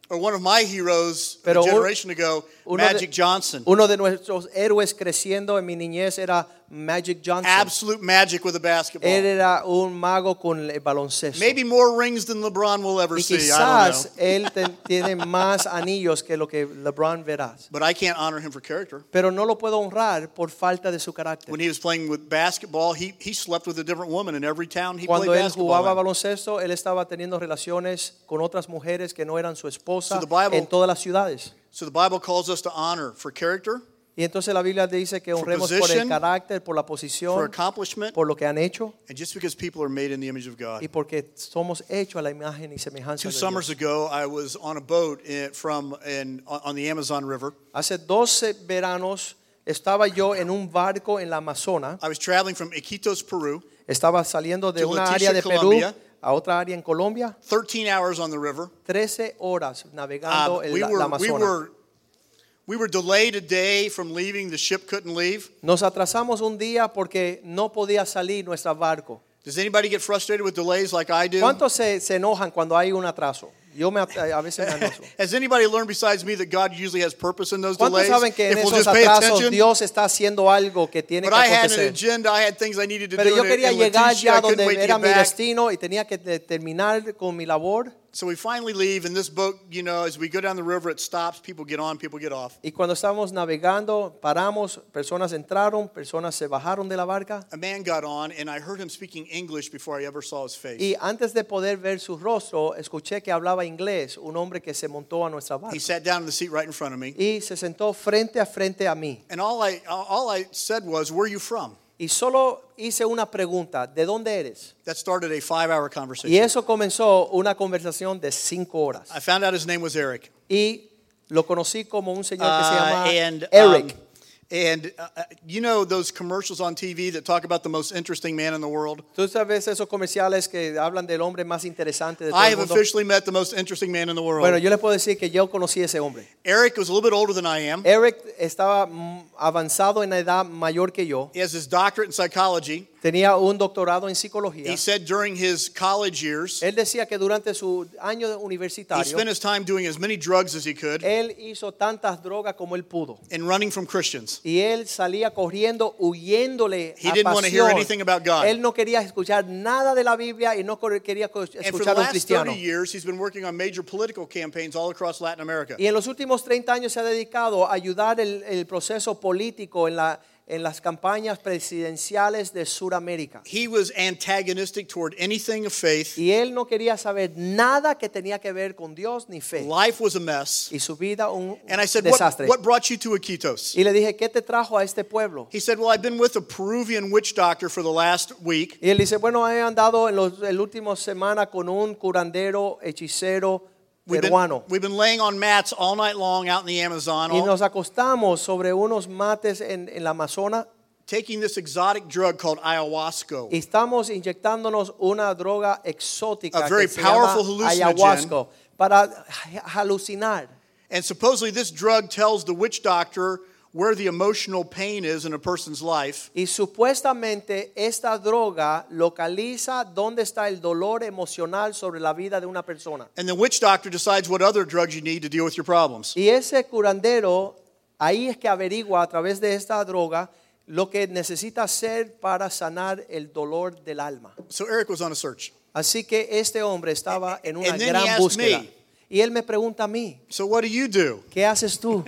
Speaker 2: Or one of my heroes
Speaker 1: Pero
Speaker 2: a
Speaker 1: un-
Speaker 2: generation ago,
Speaker 1: uno de-
Speaker 2: Magic Johnson.
Speaker 1: Uno de nuestros héroes creciendo en mi niñez era Magic Johnson.
Speaker 2: Absolute magic with a basketball.
Speaker 1: Él era un mago con el baloncesto.
Speaker 2: Maybe more rings than LeBron will ever
Speaker 1: y
Speaker 2: see. I don't know.
Speaker 1: quizás él te- tiene más anillos que lo que LeBron verás.
Speaker 2: But I can't honor him for character.
Speaker 1: Pero no lo puedo honrar por falta de su carácter.
Speaker 2: When he was playing with basketball, he, he slept with a different woman in every town he
Speaker 1: Cuando
Speaker 2: played
Speaker 1: él
Speaker 2: basketball.
Speaker 1: jugaba
Speaker 2: in.
Speaker 1: baloncesto, él estaba teniendo relaciones con otras mujeres que no eran su esposa
Speaker 2: So the Bible-
Speaker 1: en todas las ciudades.
Speaker 2: So the Bible calls us to honor for character,
Speaker 1: Y entonces la Biblia dice que
Speaker 2: For
Speaker 1: honremos por el
Speaker 2: position,
Speaker 1: carácter, por la
Speaker 2: for
Speaker 1: posición,
Speaker 2: accomplishment,
Speaker 1: por lo que han hecho
Speaker 2: and just because people are made in the image of God.
Speaker 1: y porque somos hechos a la imagen y semejanza
Speaker 2: Two
Speaker 1: de
Speaker 2: summers
Speaker 1: Dios.
Speaker 2: ago, I was on a boat in, from in, on on the Amazon River.
Speaker 1: Hace 12 veranos estaba yo en un barco en la Amazona,
Speaker 2: I was traveling from Iquitos, Peru,
Speaker 1: estaba saliendo de
Speaker 2: To
Speaker 1: una
Speaker 2: Leticia,
Speaker 1: área de Perú
Speaker 2: Colombia.
Speaker 1: a otra área en Colombia,
Speaker 2: 13 hours on the river.
Speaker 1: 13 horas
Speaker 2: Uh,
Speaker 1: navegando en
Speaker 2: we
Speaker 1: la, la
Speaker 2: were we
Speaker 1: Amazona.
Speaker 2: were we were delayed a day from leaving. The ship couldn't leave.
Speaker 1: Nos atrasamos un día porque no podía salir nuestro barco.
Speaker 2: Does anybody get frustrated with delays like I do?
Speaker 1: ¿Cuántos se, se enojan cuando hay un atraso? Yo me, at- eh, a veces me enojo.
Speaker 2: Has anybody learned besides me that God usually has purpose in those
Speaker 1: ¿Cuántos
Speaker 2: delays?
Speaker 1: saben que en
Speaker 2: if we'll
Speaker 1: esos
Speaker 2: just pay
Speaker 1: atrasos
Speaker 2: attention.
Speaker 1: Dios está haciendo algo que tiene
Speaker 2: But
Speaker 1: que
Speaker 2: I had an
Speaker 1: acontecer?
Speaker 2: agenda. I had things I needed to
Speaker 1: Pero
Speaker 2: do.
Speaker 1: yo
Speaker 2: and-
Speaker 1: quería
Speaker 2: and
Speaker 1: llegar
Speaker 2: Leticia,
Speaker 1: ya
Speaker 2: I couldn't
Speaker 1: donde
Speaker 2: wait to
Speaker 1: era
Speaker 2: get
Speaker 1: mi
Speaker 2: back.
Speaker 1: destino y tenía que te- terminar con mi labor.
Speaker 2: So we finally leave, and this boat, you know, as we go down the river, it stops. People get on. People get off.
Speaker 1: Y cuando estábamos navegando, paramos, personas entraron, personas se bajaron de la barca.
Speaker 2: A man got on, and I heard him speaking English before I ever saw his face.
Speaker 1: Y antes de poder ver su rostro, escuché que hablaba inglés, un hombre que se montó a nuestra barca.
Speaker 2: He sat down in the seat right in front of me,
Speaker 1: Y se sentó frente a frente a mí.
Speaker 2: and all I all I said was, "Where are you from?"
Speaker 1: Y solo hice una pregunta, ¿de dónde eres?
Speaker 2: That started a five-hour conversation.
Speaker 1: Y eso comenzó una conversación de cinco horas.
Speaker 2: I found out his name was Eric.
Speaker 1: Y lo conocí como un señor que se
Speaker 2: Uh,
Speaker 1: llama
Speaker 2: and
Speaker 1: Eric.
Speaker 2: um, and uh, uh, you know those commercials on TV that talk about the most interesting man in the world.
Speaker 1: Tú sabes esos comerciales que hablan del hombre más interesante de todo
Speaker 2: I
Speaker 1: el
Speaker 2: have
Speaker 1: mundo.
Speaker 2: officially met the most interesting man in the world.
Speaker 1: Bueno, yo les puedo decir que yo conocí a ese hombre.
Speaker 2: Eric was a little bit older than I am.
Speaker 1: Eric estaba mm, avanzado en la edad mayor que yo.
Speaker 2: He has his doctorate in psychology.
Speaker 1: Tenía un doctorado en psicología.
Speaker 2: He said during his college years,
Speaker 1: Él decía que durante su año
Speaker 2: he
Speaker 1: universitario,
Speaker 2: spent his time doing as many drugs as he could
Speaker 1: él hizo tantas drogas como él pudo.
Speaker 2: and running from Christians.
Speaker 1: Y él salía corriendo, huyéndole
Speaker 2: He
Speaker 1: a
Speaker 2: didn't wanna hear
Speaker 1: pasión.
Speaker 2: anything about God.
Speaker 1: Él no quería escuchar nada de la Biblia y no cor- quería co-
Speaker 2: And for the
Speaker 1: escuchar a un
Speaker 2: last 30
Speaker 1: cristiano.
Speaker 2: years, he's been working on major political campaigns all across Latin America.
Speaker 1: Y en los últimos 30 años se ha dedicado a ayudar el, el proceso político en, la- en las campañas presidenciales de Sudamérica.
Speaker 2: He was antagonistic toward anything of faith.
Speaker 1: Y él no quería saber nada que tenía que ver con Dios ni fe.
Speaker 2: Life was a mess.
Speaker 1: Y su vida un
Speaker 2: And I said, what,
Speaker 1: desastre.
Speaker 2: what brought you to Iquitos?
Speaker 1: y le dije, ¿qué te trajo a este pueblo?
Speaker 2: He said, Well, I've been with a Peruvian witch doctor for the last week.
Speaker 1: Y él dice, bueno, he andado en los, el último semana con un curandero, hechicero
Speaker 2: We've been,
Speaker 1: peruano.
Speaker 2: we've been laying on mats all night long out in the Amazon,
Speaker 1: y
Speaker 2: all-
Speaker 1: nos acostamos sobre unos mates en, en la Amazona
Speaker 2: taking this exotic drug called ayahuasca.
Speaker 1: y estamos inyectándonos una droga exótica
Speaker 2: A very
Speaker 1: que se
Speaker 2: powerful
Speaker 1: llama
Speaker 2: hallucinogen.
Speaker 1: ayahuasca para ja- alucinar.
Speaker 2: And supposedly, this drug tells the witch doctor where the emotional pain is in a person's life.
Speaker 1: Y supuestamente esta droga localiza dónde está el dolor emocional sobre la vida de una persona.
Speaker 2: And the witch doctor decides what other drugs you need to deal with your problems.
Speaker 1: Y ese curandero, ahí es que averigua a través de esta droga lo que necesita hacer para sanar el dolor del alma.
Speaker 2: So Eric was on a search.
Speaker 1: Así que este hombre estaba en una
Speaker 2: And then he
Speaker 1: gran
Speaker 2: asked
Speaker 1: búsqueda.
Speaker 2: me.
Speaker 1: y él me pregunta a mí,
Speaker 2: So, what do you do?
Speaker 1: ¿qué haces tú?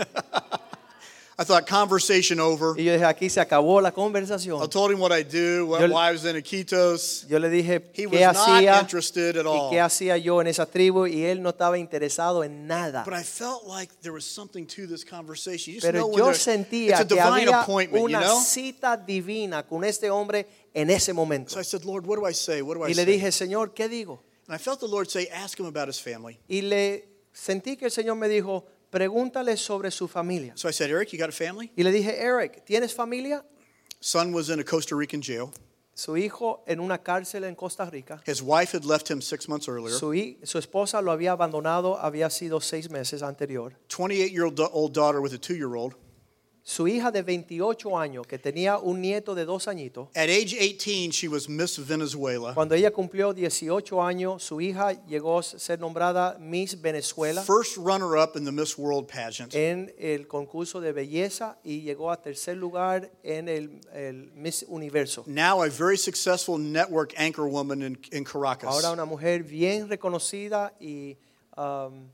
Speaker 2: I thought, conversation over.
Speaker 1: Y yo dije, aquí se acabó la
Speaker 2: I
Speaker 1: conversación.
Speaker 2: told him what I do, what,
Speaker 1: Yo-
Speaker 2: why I was in Iquitos.
Speaker 1: Yo le dije,
Speaker 2: He
Speaker 1: ¿qué
Speaker 2: was not
Speaker 1: hacía?
Speaker 2: interested at
Speaker 1: ¿Y
Speaker 2: all.
Speaker 1: qué hacía yo en esa tribu? Y él no estaba interesado en nada.
Speaker 2: But I felt like there was something to this conversation. You just
Speaker 1: Pero
Speaker 2: know when
Speaker 1: yo
Speaker 2: there- it's a
Speaker 1: sentía que
Speaker 2: divine
Speaker 1: había
Speaker 2: appointment, you
Speaker 1: una
Speaker 2: know?
Speaker 1: cita divina con este hombre en ese momento.
Speaker 2: So I said, Lord, what do I say? What do I
Speaker 1: Y
Speaker 2: say?
Speaker 1: le dije, Señor, ¿qué digo?
Speaker 2: and I felt the Lord say, ask him about his family.
Speaker 1: Y le sentí que el Señor me dijo, pregúntale sobre su familia.
Speaker 2: So I said, Eric, you got a family?
Speaker 1: Y le dije, Eric, ¿tienes familia?
Speaker 2: Son was in a Costa Rican jail.
Speaker 1: Su hijo en una cárcel en Costa Rica.
Speaker 2: His wife had left him six months earlier.
Speaker 1: Su, hi- su esposa lo había abandonado, había sido seis meses anterior.
Speaker 2: 28 year old old daughter with a two year old.
Speaker 1: Su hija de 28 años, que tenía un nieto de dos añitos,
Speaker 2: At age 18, she was Miss Venezuela.
Speaker 1: cuando ella cumplió 18 años, su hija llegó a ser nombrada Miss Venezuela
Speaker 2: First runner up in the Miss World pageant.
Speaker 1: en el concurso de belleza y llegó a tercer lugar en el, el Miss Universo.
Speaker 2: Now a very successful network anchor woman in, in Caracas.
Speaker 1: Ahora una mujer bien reconocida y um,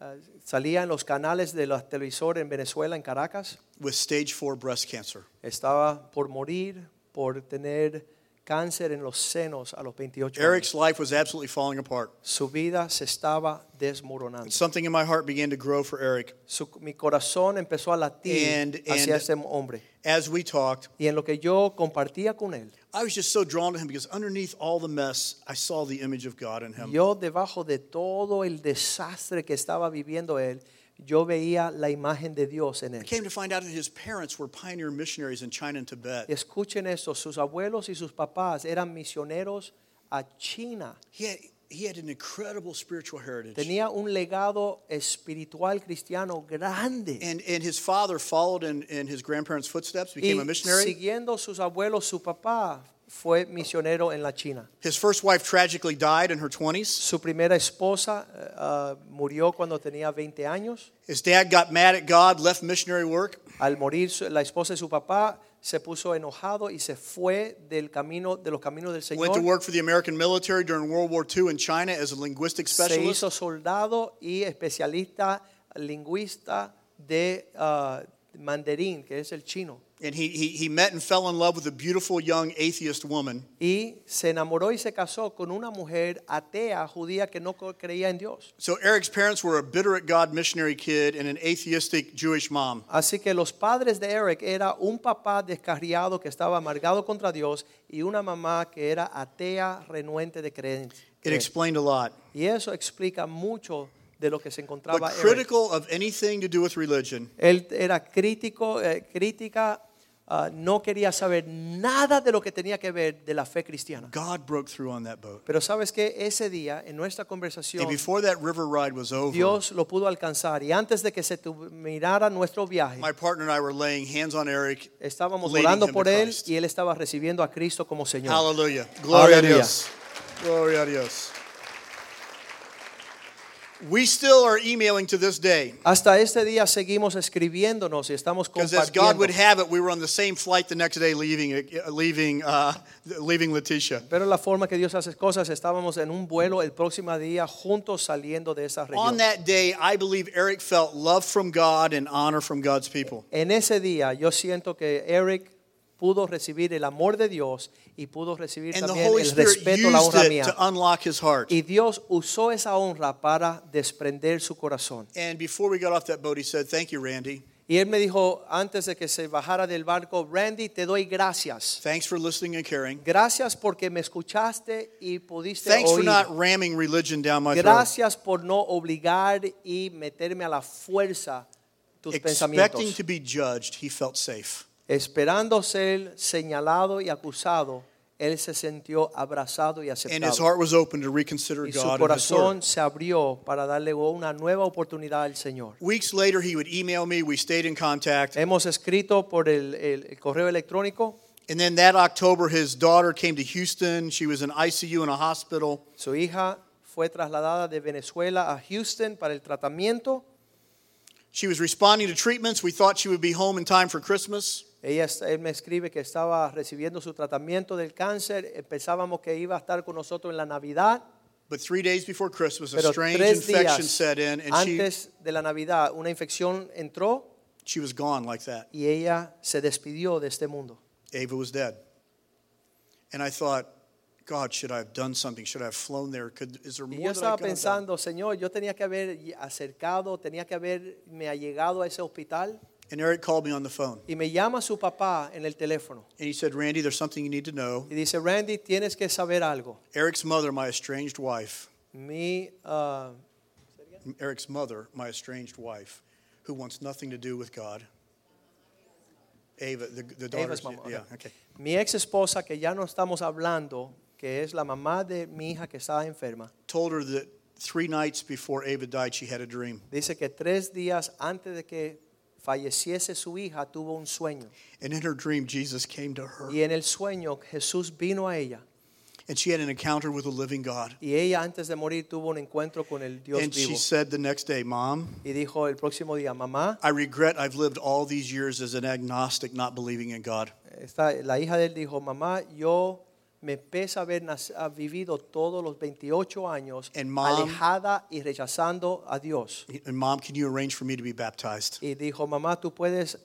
Speaker 1: eh, salía en los canales de los televisores en Venezuela, en Caracas.
Speaker 2: With stage four breast cancer.
Speaker 1: Estaba por morir, por tener cáncer en los senos a los 28 años.
Speaker 2: Eric's life was absolutely falling apart.
Speaker 1: Su vida se estaba desmoronando.
Speaker 2: Something in my heart began to grow for Eric.
Speaker 1: Su- mi corazón empezó a latir
Speaker 2: And- and-
Speaker 1: hacia este hombre.
Speaker 2: As we talked,
Speaker 1: Y en lo que yo compartía con él,
Speaker 2: I was just so drawn to him because underneath all the mess, I saw the image of God in him.
Speaker 1: yo debajo de todo el desastre que estaba viviendo él, yo veía la imagen de Dios en
Speaker 2: I
Speaker 1: él.
Speaker 2: came to find out that his parents were pioneer missionaries in China and Tibet.
Speaker 1: Escuchen esto, sus abuelos y sus papás eran misioneros a China.
Speaker 2: He had, he had an incredible spiritual heritage.
Speaker 1: Tenía un legado espiritual cristiano grande.
Speaker 2: And, and his father followed in, in his grandparents' footsteps, became a
Speaker 1: Y
Speaker 2: missionary.
Speaker 1: siguiendo sus abuelos, su papá fue misionero en la China.
Speaker 2: His first wife tragically died in her 20s.
Speaker 1: Su primera esposa eh, ah, murió cuando tenía 20 años.
Speaker 2: His dad got mad at God, left missionary work,
Speaker 1: Al morir su- la esposa de su papá se puso enojado y se fue del camino de los caminos del
Speaker 2: went to
Speaker 1: Señor.
Speaker 2: work for the American military during World War II in China as a linguistic
Speaker 1: Se hizo
Speaker 2: specialist.
Speaker 1: soldado y especialista lingüista de ah, mandarín, que es el chino.
Speaker 2: And he, he, he met and fell in love with a beautiful young atheist woman.
Speaker 1: Y se enamoró y se casó con una mujer atea judía que no co- creía en Dios.
Speaker 2: So Eric's parents were a bitter at God missionary kid and an atheistic Jewish mom.
Speaker 1: Así que los padres de Eric era un papá descarriado que estaba amargado contra Dios y una mamá que era atea renuente de creen-
Speaker 2: It
Speaker 1: creencia.
Speaker 2: explained a lot.
Speaker 1: Y eso explica mucho de lo que se
Speaker 2: But
Speaker 1: encontraba Eric.
Speaker 2: critical of anything to do with religion,
Speaker 1: Él era crítico, eh, crítica, ah, no quería saber nada de lo que tenía que ver de la fe cristiana.
Speaker 2: God broke through on that boat.
Speaker 1: Pero sabes que ese día, en nuestra
Speaker 2: And
Speaker 1: conversación,
Speaker 2: before that river ride was over,
Speaker 1: Dios lo pudo alcanzar. Y antes de que se terminara nuestro viaje,
Speaker 2: my partner and I were laying hands on Eric.
Speaker 1: estábamos
Speaker 2: leading
Speaker 1: orando
Speaker 2: him
Speaker 1: por
Speaker 2: to
Speaker 1: él
Speaker 2: Christ.
Speaker 1: y él estaba recibiendo a Cristo como Señor.
Speaker 2: Hallelujah. Glory a
Speaker 1: Hallelujah.
Speaker 2: Dios. Glory a Dios. We still are emailing to this day.
Speaker 1: Hasta este día seguimos escribiéndonos y estamos
Speaker 2: Because as God
Speaker 1: compartiendo.
Speaker 2: would have it, we were on the same flight the next day leaving, leaving, uh, leaving Letitia.
Speaker 1: Pero la forma que Dios hace cosas, estábamos en un vuelo el próximo día juntos saliendo de esa región.
Speaker 2: On that day, I believe Eric felt love from God and honor from God's people.
Speaker 1: En ese día yo siento que Eric pudo recibir el amor de Dios y pudo recibir
Speaker 2: And the
Speaker 1: también
Speaker 2: Holy
Speaker 1: el
Speaker 2: Spirit
Speaker 1: respeto, la
Speaker 2: used
Speaker 1: honra
Speaker 2: it to
Speaker 1: mía.
Speaker 2: unlock his heart.
Speaker 1: Y Dios usó esa honra para desprender su corazón.
Speaker 2: And before we got off that boat, he said, Thank you, Randy.
Speaker 1: Y él me dijo antes de que se bajara del barco, Randy, te doy gracias.
Speaker 2: Thanks for listening and caring.
Speaker 1: Gracias porque me escuchaste y pudiste
Speaker 2: Thanks for
Speaker 1: oír.
Speaker 2: not ramming religion down my throat.
Speaker 1: Gracias por no obligar y meterme a la fuerza tus
Speaker 2: Expecting
Speaker 1: pensamientos.
Speaker 2: to be judged, he felt safe.
Speaker 1: Esperando ser señalado y acusado, él se sintió abrazado y
Speaker 2: And his
Speaker 1: aceptado.
Speaker 2: heart was open to reconsider
Speaker 1: Y su
Speaker 2: God and his word.
Speaker 1: corazón se abrió para darle una nueva oportunidad al Señor.
Speaker 2: Weeks later, he would email me. We stayed in contact.
Speaker 1: Hemos escrito por el, el- el correo electrónico.
Speaker 2: And then that October, his daughter came to Houston. She was in ICU in a hospital.
Speaker 1: Su hija fue trasladada de Venezuela a Houston para el tratamiento.
Speaker 2: She was responding to treatments. We thought she would be home in time for Christmas.
Speaker 1: Ella, él me escribe que estaba recibiendo su tratamiento del cáncer. Pensábamos que iba a estar con nosotros en la Navidad.
Speaker 2: But three days before Christmas, a
Speaker 1: Pero
Speaker 2: strange
Speaker 1: tres
Speaker 2: infection
Speaker 1: días
Speaker 2: set in, and she,
Speaker 1: antes de la Navidad una infección entró
Speaker 2: she was gone like that.
Speaker 1: y ella se despidió de este mundo.
Speaker 2: Ava was dead. And I thought, God, should I have done something? Should I have flown there? Could, is there
Speaker 1: Y
Speaker 2: more
Speaker 1: yo estaba
Speaker 2: that I could have done?
Speaker 1: pensando, Señor, yo tenía que haber acercado, tenía que haberme allegado a ese hospital.
Speaker 2: And Eric called me on the phone.
Speaker 1: Y me llama su papá en el teléfono
Speaker 2: And he said, Randy, there's something you need to know.
Speaker 1: y dice, Randy, tienes que saber algo.
Speaker 2: Eric's mother, my estranged wife,
Speaker 1: Mi, ah,
Speaker 2: Eric's mother, my estranged wife, who wants nothing to do with God. Ava, the, the daughter's
Speaker 1: Ava's mama,
Speaker 2: Yeah,
Speaker 1: okay.
Speaker 2: okay.
Speaker 1: mi ex esposa, que ya no estamos hablando, que es la mamá de mi hija que estaba enferma,
Speaker 2: Told her that three nights before Ava died, she had a dream.
Speaker 1: dice que tres días antes de que falleciese su hija tuvo un sueño.
Speaker 2: And in her dream, Jesus came to her.
Speaker 1: Y en el sueño Jesús vino a ella.
Speaker 2: And she had an encounter with a living God.
Speaker 1: Y ella antes de morir tuvo un encuentro con el Dios
Speaker 2: and she
Speaker 1: vivo.
Speaker 2: said the next day, Mom,
Speaker 1: Y dijo el próximo día, mamá,
Speaker 2: I regret I've lived all these years as an agnostic, not believing in God.
Speaker 1: esta- la hija de él dijo, mamá, yo me pesa haber nac- ha vivido todos los 28 años
Speaker 2: And mom-
Speaker 1: alejada y rechazando a Dios.
Speaker 2: And Mom, can you arrange for me to be baptized?
Speaker 1: Y dijo, mamá, tú puedes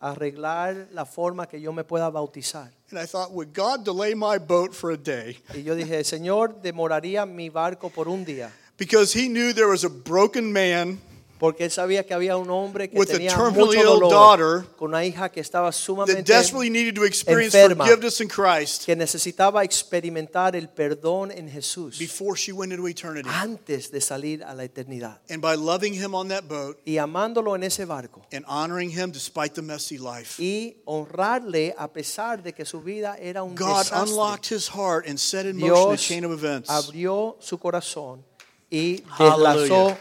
Speaker 1: arreglar la forma que yo me pueda bautizar.
Speaker 2: And I thought, would God delay my boat for a day?
Speaker 1: Y yo dije, Señor, demoraría mi barco por un día,
Speaker 2: Because he knew there was a broken man
Speaker 1: porque él sabía que había un hombre que
Speaker 2: With a
Speaker 1: tenía
Speaker 2: terminally
Speaker 1: mucho
Speaker 2: ill
Speaker 1: dolor,
Speaker 2: daughter
Speaker 1: con una hija que estaba
Speaker 2: that
Speaker 1: sumamente
Speaker 2: desperately needed to experience
Speaker 1: enferma.
Speaker 2: forgiveness in Christ
Speaker 1: que necesitaba experimentar el perdón en Jesús
Speaker 2: before she went into eternity.
Speaker 1: antes de salir a la eternidad.
Speaker 2: And by loving him on that boat
Speaker 1: Y amándolo en ese barco
Speaker 2: and honoring him despite the messy life,
Speaker 1: y honrarle a pesar de que su vida era un
Speaker 2: God
Speaker 1: desastre.
Speaker 2: unlocked his heart and set in motion a
Speaker 1: Dios
Speaker 2: chain of events.
Speaker 1: abrió su corazón y
Speaker 2: Hallelujah.
Speaker 1: deslazó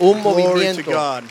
Speaker 1: un
Speaker 2: Glory to
Speaker 1: movimiento.
Speaker 2: God.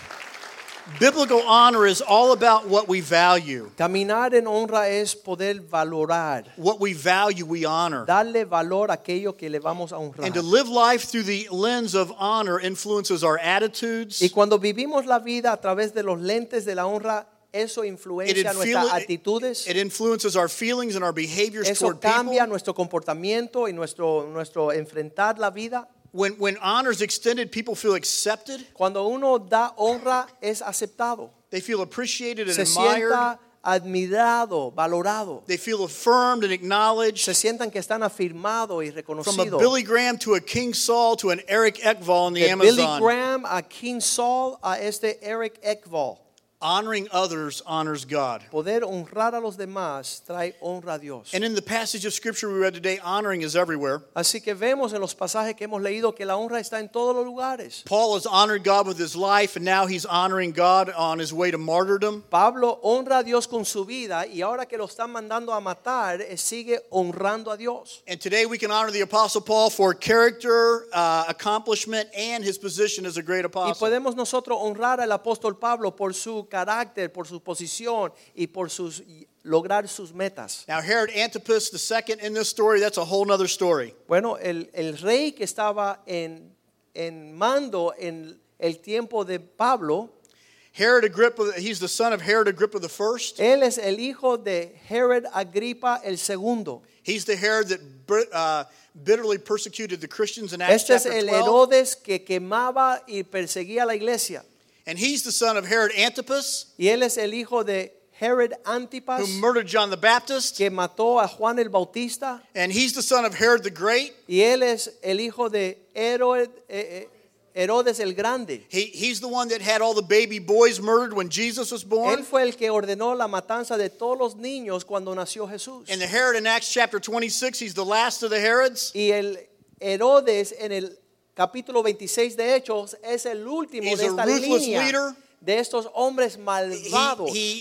Speaker 2: Biblical honor is all about what we value.
Speaker 1: Caminar en honra es poder valorar,
Speaker 2: What we value, we honor.
Speaker 1: darle valor a aquello que le vamos a honrar.
Speaker 2: And to live life through the lens of honor influences our attitudes.
Speaker 1: Y cuando vivimos la vida a través de los lentes de la honra, eso
Speaker 2: It
Speaker 1: influencia nuestras
Speaker 2: influ-
Speaker 1: actitudes,
Speaker 2: it influences our feelings and our behaviors
Speaker 1: eso
Speaker 2: toward
Speaker 1: cambia
Speaker 2: people.
Speaker 1: nuestro comportamiento y nuestro, nuestro enfrentar la vida.
Speaker 2: When, when honor is extended, people feel accepted,
Speaker 1: Cuando uno da honra es aceptado,
Speaker 2: they feel appreciated and
Speaker 1: se
Speaker 2: admired,
Speaker 1: sienta admirado, valorado.
Speaker 2: they feel affirmed and acknowledged.
Speaker 1: se sientan que están afirmados y
Speaker 2: From a
Speaker 1: reconocidos.
Speaker 2: Billy Graham to a King Saul to an Eric Ekvall in the
Speaker 1: de Billy
Speaker 2: Amazon.
Speaker 1: Graham a King Saul a este Eric Ekvall.
Speaker 2: Honoring others honors God.
Speaker 1: Poder honrar a los demás trae honra a Dios.
Speaker 2: And in the passage of scripture we read today, honoring is everywhere.
Speaker 1: Así que vemos en los pasajes que hemos leído que la honra está en todos los lugares.
Speaker 2: Paul has honored God with his life, and now he's honoring God on his way to martyrdom.
Speaker 1: Pablo honra a Dios con su vida y ahora que lo están mandando a matar, eh, sigue honrando a Dios.
Speaker 2: And today we can honor the Apostle Paul for character, uh, accomplishment, and his position as a great
Speaker 1: Y
Speaker 2: apostle.
Speaker 1: podemos nosotros honrar al apóstol Pablo por su carácter, por su posición y por sus, y lograr sus metas.
Speaker 2: Now, Herod Antipas II in this story, that's a whole nother story.
Speaker 1: Bueno, el, el rey que estaba en, en mando en el tiempo de Pablo,
Speaker 2: Herod Agrippa, he's the son of Herod Agrippa I.
Speaker 1: él es el hijo de Herod Agripa el segundo.
Speaker 2: He's the Herod that br- uh, bitterly persecuted the Christians in Acts
Speaker 1: Este es
Speaker 2: chapter
Speaker 1: el
Speaker 2: 12.
Speaker 1: Herodes que quemaba y perseguía a la iglesia.
Speaker 2: And he's the son of Herod Antipas,
Speaker 1: Y él es el hijo de Herod Antipas
Speaker 2: who murdered John the Baptist.
Speaker 1: que mató a Juan el Bautista.
Speaker 2: And he's the son of Herod the Great.
Speaker 1: Y él es el hijo de Herod- eh, eh, Herodes el Grande.
Speaker 2: He, he's the one that had all the baby boys murdered when Jesus was born.
Speaker 1: Él fue el que ordenó la matanza de todos los niños cuando nació Jesús.
Speaker 2: And the Herod in Acts chapter 26, he's the last of the Herods.
Speaker 1: Y el Herodes en el capítulo 26 de Hechos es el último
Speaker 2: He's
Speaker 1: de
Speaker 2: a
Speaker 1: esta
Speaker 2: ruthless
Speaker 1: línea
Speaker 2: leader.
Speaker 1: de estos hombres
Speaker 2: He,
Speaker 1: malvados.
Speaker 2: he,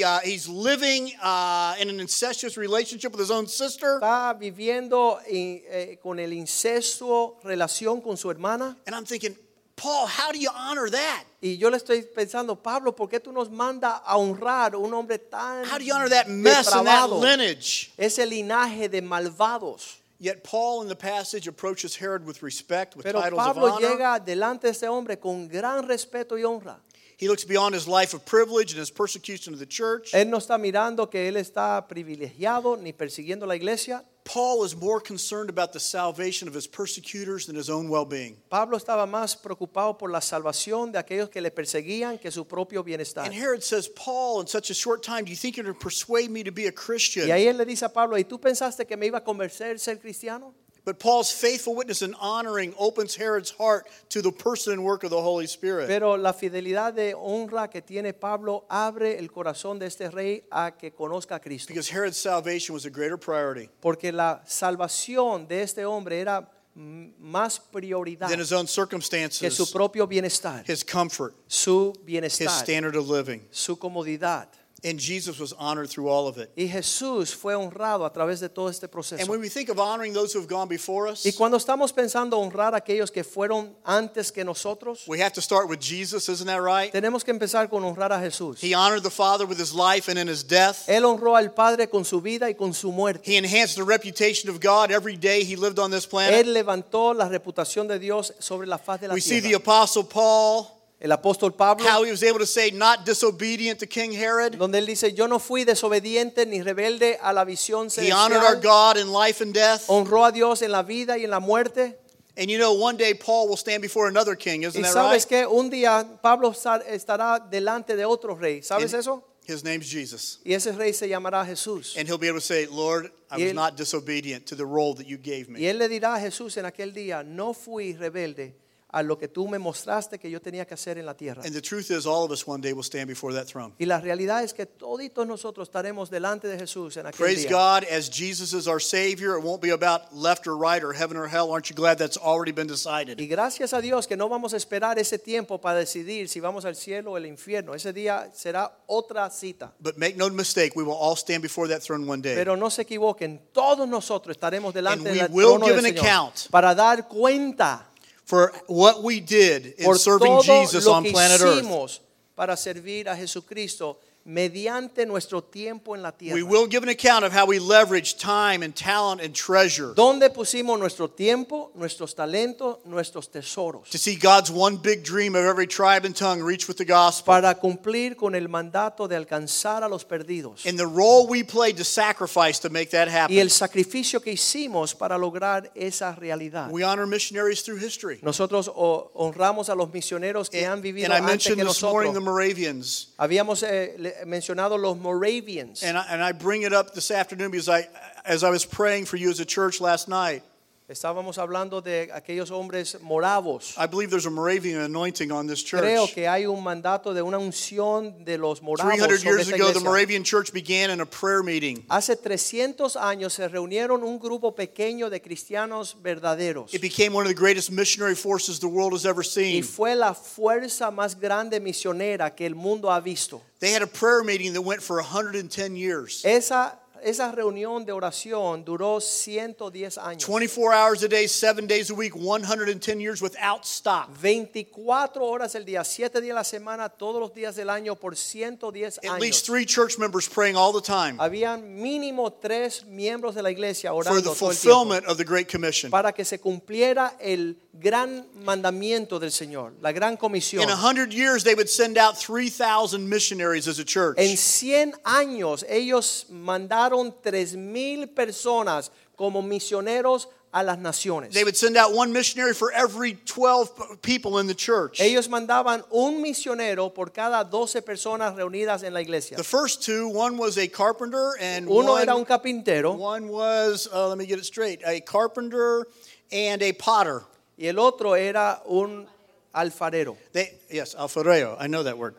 Speaker 2: he, uh, he's living uh, in an incestuous relationship with his own sister.
Speaker 1: Está viviendo eh, eh, con el incestuo relación con su hermana.
Speaker 2: And I'm thinking, Paul, how do you honor that?
Speaker 1: Y yo le estoy pensando, Pablo, ¿por qué tú nos manda a honrar un hombre tan
Speaker 2: How do you honor that mess and that
Speaker 1: depravado?
Speaker 2: lineage?
Speaker 1: Ese linaje de malvados.
Speaker 2: Yet Paul in the passage approaches Herod with respect, with
Speaker 1: Pero
Speaker 2: titles of
Speaker 1: Pablo
Speaker 2: honor.
Speaker 1: llega delante de este hombre con gran respeto y honra.
Speaker 2: He looks beyond his life of privilege and his persecution of the church.
Speaker 1: Él no está mirando que él está privilegiado ni persiguiendo la iglesia.
Speaker 2: Paul is more concerned about the salvation of his persecutors than his own well-being.
Speaker 1: Pablo estaba más preocupado por la salvación de aquellos que le perseguían que su propio bienestar.
Speaker 2: And Herod says, Paul, in such a short time, do you think you're going to persuade me to be a Christian?
Speaker 1: Y ahí él le dice a Pablo, ¿y tú pensaste que me iba a convencer ser cristiano?
Speaker 2: But Paul's faithful witness and honoring opens Herod's heart to the person and work of the Holy Spirit.
Speaker 1: Pero la fidelidad de honra que tiene Pablo abre el corazón de este rey a que conozca a Cristo.
Speaker 2: because Herod's salvation was a greater priority
Speaker 1: Porque la salvación de este hombre era m- más prioridad
Speaker 2: than his own
Speaker 1: que su
Speaker 2: circumstances,
Speaker 1: propio bienestar,
Speaker 2: his comfort,
Speaker 1: su
Speaker 2: his
Speaker 1: bienestar,
Speaker 2: standard of living.
Speaker 1: su comodidad.
Speaker 2: And Jesus was honored through all of it.
Speaker 1: Y Jesús fue honrado a través de todo este
Speaker 2: And
Speaker 1: proceso.
Speaker 2: when we think of honoring those who have gone before us,
Speaker 1: Y cuando estamos pensando honrar a aquellos que fueron antes que nosotros,
Speaker 2: we have to start with Jesus, isn't that right?
Speaker 1: tenemos que empezar con honrar a Jesús.
Speaker 2: He honored the Father with his life and in his death.
Speaker 1: Él honró al Padre con su vida y con su muerte.
Speaker 2: He enhanced the reputation of God every day he lived on this planet.
Speaker 1: Él levantó la reputación de Dios sobre la faz de la
Speaker 2: We see the
Speaker 1: tierra.
Speaker 2: Apostle Paul,
Speaker 1: El apóstol Pablo,
Speaker 2: how he was able to say, not disobedient to King Herod.
Speaker 1: donde él dice, yo no fui desobediente ni rebelde a la visión
Speaker 2: He honored our
Speaker 1: celestial.
Speaker 2: God in life and death.
Speaker 1: Honró a Dios en la vida y en la muerte.
Speaker 2: And you know, one day Paul will stand before another king, isn't
Speaker 1: Y
Speaker 2: that
Speaker 1: sabes
Speaker 2: right?
Speaker 1: que un día Pablo sa- estará delante de otro rey. ¿Sabes
Speaker 2: And-
Speaker 1: eso?
Speaker 2: His name's Jesus.
Speaker 1: Y ese rey se llamará Jesús.
Speaker 2: And he'll be able to say, Lord, I
Speaker 1: Y
Speaker 2: was
Speaker 1: él-
Speaker 2: not disobedient to the role that you gave
Speaker 1: Y
Speaker 2: me.
Speaker 1: él le dirá a Jesús en aquel día, no fui rebelde a lo que tú me mostraste que yo tenía que hacer en la tierra.
Speaker 2: And the truth is, all of us one day will stand before that throne.
Speaker 1: Y la realidad es que toditos nosotros estaremos delante de Jesús en aquel
Speaker 2: Praise
Speaker 1: día.
Speaker 2: God, as Jesus is our Savior, it won't be about left or right or heaven or hell. Aren't you glad that's already been
Speaker 1: Y
Speaker 2: decided?
Speaker 1: gracias a Dios que no vamos a esperar ese tiempo para decidir si vamos al cielo o al infierno. Ese día será otra cita.
Speaker 2: But make no mistake, we will all stand before that throne one day.
Speaker 1: Pero no se equivoquen, todos nosotros estaremos delante
Speaker 2: And
Speaker 1: del
Speaker 2: we will
Speaker 1: trono del
Speaker 2: give an
Speaker 1: Señor
Speaker 2: account.
Speaker 1: para dar cuenta
Speaker 2: For what we did in
Speaker 1: por
Speaker 2: serving
Speaker 1: todo
Speaker 2: Jesus
Speaker 1: lo
Speaker 2: on
Speaker 1: que
Speaker 2: planet Earth,
Speaker 1: hicimos para servir a Jesucristo mediante nuestro tiempo en la tierra.
Speaker 2: we will give an account of how we leveraged time and talent and treasure
Speaker 1: ¿Dónde pusimos nuestro tiempo, nuestros talentos, nuestros tesoros?
Speaker 2: to see God's one big dream of every tribe and tongue reach with the gospel.
Speaker 1: Para cumplir con el mandato de alcanzar a los perdidos.
Speaker 2: And the role we played to sacrifice to make that
Speaker 1: y
Speaker 2: happen.
Speaker 1: el sacrificio que hicimos para lograr esa realidad.
Speaker 2: We honor missionaries through history.
Speaker 1: Nosotros ho- honramos a los misioneros que han
Speaker 2: And,
Speaker 1: vivido
Speaker 2: I
Speaker 1: antes que
Speaker 2: mentioned this morning the
Speaker 1: nosotros.
Speaker 2: Moravians.
Speaker 1: Habíamos eh, le- mencionado los Moravians.
Speaker 2: And I, and I bring it up this afternoon because I, as I was praying for you as a church last night,
Speaker 1: Estábamos hablando de aquellos hombres moravos.
Speaker 2: I believe there's a Moravian anointing on this
Speaker 1: Creo
Speaker 2: church.
Speaker 1: que hay un mandato de una unción de los moravos
Speaker 2: 300
Speaker 1: sobre
Speaker 2: years
Speaker 1: esta
Speaker 2: ago, the
Speaker 1: iglesia.
Speaker 2: Moravian church began in a prayer meeting.
Speaker 1: Hace 300 años se reunieron un grupo pequeño de cristianos verdaderos
Speaker 2: It became one of the greatest missionary forces the world has ever
Speaker 1: y
Speaker 2: seen.
Speaker 1: fue la fuerza más grande misionera que el mundo ha visto.
Speaker 2: They had a prayer meeting that went for 110 years.
Speaker 1: Esa, esa reunión de oración duró 110 años.
Speaker 2: 24 hours a day, seven days a week, 110 years without stop.
Speaker 1: 24 horas el día, 7 días a la semana, todos los días del año por 110
Speaker 2: At least
Speaker 1: años.
Speaker 2: three church members praying all the time
Speaker 1: Habían mínimo tres miembros de la iglesia
Speaker 2: for
Speaker 1: orando
Speaker 2: the
Speaker 1: todo el tiempo
Speaker 2: fulfillment of the Great Commission.
Speaker 1: para que se cumpliera el gran mandamiento del Señor, la gran comisión.
Speaker 2: In 100 years, they would send out 3,000 missionaries as a church.
Speaker 1: En 100 años ellos mandaron 3000 personas como misioneros a las naciones.
Speaker 2: They would send out one missionary for every 12 p- people in the church.
Speaker 1: Ellos mandaban un misionero por cada 12 personas reunidas en la iglesia.
Speaker 2: The first two, one was a carpenter and
Speaker 1: Uno
Speaker 2: one,
Speaker 1: era un carpintero
Speaker 2: one was, uh, let me get it straight, a carpenter and a potter.
Speaker 1: y el otro era un alfarero.
Speaker 2: They, yes, alfarero, I know that word.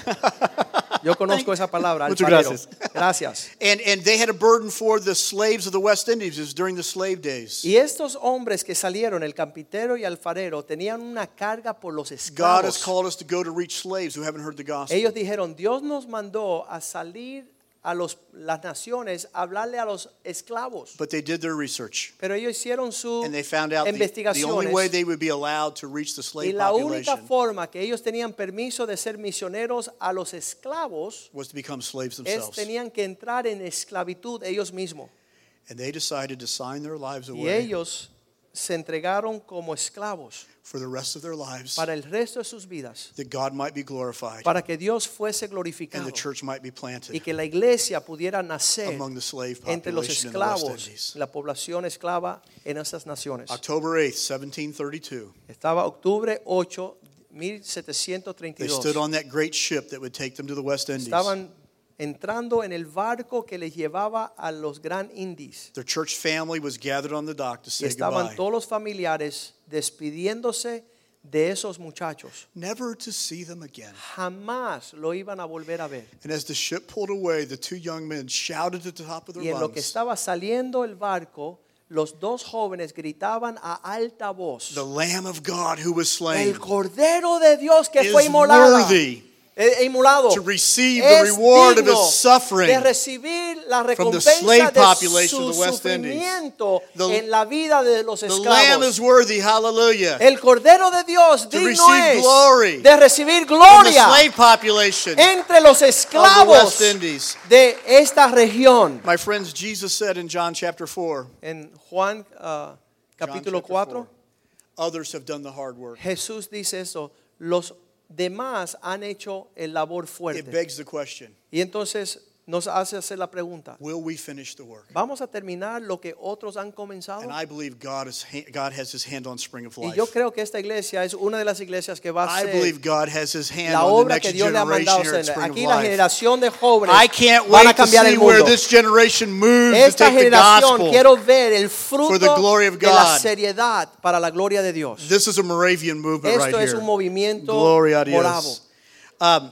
Speaker 1: Yo conozco esa palabra,
Speaker 2: Muchas
Speaker 1: alfarero.
Speaker 2: gracias.
Speaker 1: Gracias.
Speaker 2: And, and they had a burden for the slaves of the West Indies It was during the slave days.
Speaker 1: Y estos hombres que salieron, el carpintero y alfarero, tenían una carga por los
Speaker 2: God has
Speaker 1: esclavos.
Speaker 2: called us to go to reach slaves who haven't heard the gospel.
Speaker 1: Ellos dijeron, Dios nos mandó a salir a los, las naciones a hablarle a los esclavos.
Speaker 2: But they did their research.
Speaker 1: Pero ellos hicieron su
Speaker 2: And they found out the, the only way
Speaker 1: investigaciones.
Speaker 2: they would be allowed to reach the
Speaker 1: Y
Speaker 2: slave
Speaker 1: la única
Speaker 2: population
Speaker 1: forma que ellos tenían permiso de ser misioneros a los esclavos
Speaker 2: was to become slaves
Speaker 1: es
Speaker 2: themselves.
Speaker 1: tenían que entrar en esclavitud ellos mismos.
Speaker 2: And they decided to sign their lives
Speaker 1: Y
Speaker 2: away
Speaker 1: ellos se entregaron como esclavos
Speaker 2: for the rest of their lives
Speaker 1: para el resto de sus vidas,
Speaker 2: that God might be glorified
Speaker 1: para que Dios fuese
Speaker 2: and
Speaker 1: glorificado
Speaker 2: the church might be planted
Speaker 1: y que la iglesia pudiera nacer
Speaker 2: among the slave
Speaker 1: entre los
Speaker 2: population in the West
Speaker 1: esclavos,
Speaker 2: Indies.
Speaker 1: la población esclava en esas naciones.
Speaker 2: October 8th, 1732,
Speaker 1: Estaba octubre 8,
Speaker 2: they stood
Speaker 1: 1732.
Speaker 2: on that great ship that would take them to the West Indies.
Speaker 1: Estaban entrando en el barco que les llevaba a los gran indies.
Speaker 2: Their church family was gathered on the dock to
Speaker 1: Y
Speaker 2: say
Speaker 1: estaban
Speaker 2: goodbye,
Speaker 1: todos los familiares despidiéndose de esos muchachos.
Speaker 2: never to see them again.
Speaker 1: Jamás lo iban a volver a ver.
Speaker 2: And as the ship pulled away, the two young men shouted at the top of
Speaker 1: Y
Speaker 2: their
Speaker 1: en lo que
Speaker 2: lungs,
Speaker 1: estaba saliendo el barco, los dos jóvenes gritaban a alta voz.
Speaker 2: "The Lamb of God who was slain
Speaker 1: El cordero de Dios que fue
Speaker 2: is
Speaker 1: inmolado.
Speaker 2: worthy
Speaker 1: eh, inmolado
Speaker 2: to receive the
Speaker 1: es
Speaker 2: reward of
Speaker 1: digno
Speaker 2: his suffering
Speaker 1: de recibir la
Speaker 2: from the
Speaker 1: recompensa
Speaker 2: slave
Speaker 1: de
Speaker 2: population
Speaker 1: su
Speaker 2: of the West Indies.
Speaker 1: sufrimiento
Speaker 2: The-
Speaker 1: en la vida de los
Speaker 2: The Lamb
Speaker 1: esclavos.
Speaker 2: is worthy, hallelujah.
Speaker 1: El cordero de Dios digno
Speaker 2: receive
Speaker 1: es
Speaker 2: glory
Speaker 1: de recibir
Speaker 2: From the
Speaker 1: gloria
Speaker 2: slave population of
Speaker 1: entre los
Speaker 2: the
Speaker 1: esclavos
Speaker 2: West Indies.
Speaker 1: de esta región.
Speaker 2: My friends, Jesus said in John chapter 4, John
Speaker 1: En Juan ah, capítulo
Speaker 2: chapter
Speaker 1: 4,
Speaker 2: four, others have done the hard work.
Speaker 1: Jesús dice eso, los demás han hecho el labor
Speaker 2: It
Speaker 1: fuerte.
Speaker 2: begs the question
Speaker 1: Y entonces nos hace hacer la pregunta,
Speaker 2: Will we finish the work?
Speaker 1: ¿vamos a terminar lo que otros han comenzado?
Speaker 2: And I believe God, is, God has his hand on Spring of
Speaker 1: Y
Speaker 2: Life.
Speaker 1: yo creo que esta iglesia es una de las iglesias que va a
Speaker 2: I
Speaker 1: ser
Speaker 2: believe God has his hand
Speaker 1: la
Speaker 2: on the
Speaker 1: obra
Speaker 2: next
Speaker 1: que Dios le ha mandado a
Speaker 2: generation here at
Speaker 1: hacer.
Speaker 2: Spring of
Speaker 1: Aquí la
Speaker 2: Life.
Speaker 1: generación de jóvenes
Speaker 2: I can't
Speaker 1: van a
Speaker 2: wait to
Speaker 1: cambiar
Speaker 2: see
Speaker 1: el
Speaker 2: where
Speaker 1: mundo.
Speaker 2: this generation moves to
Speaker 1: Esta
Speaker 2: take the
Speaker 1: generación
Speaker 2: gospel.
Speaker 1: quiero ver el fruto
Speaker 2: for the glory of
Speaker 1: de la
Speaker 2: God.
Speaker 1: seriedad para la gloria de Dios.
Speaker 2: This is a Moravian movement right
Speaker 1: Esto es
Speaker 2: here.
Speaker 1: un movimiento
Speaker 2: Glory a Dios.
Speaker 1: moravo.
Speaker 2: Um,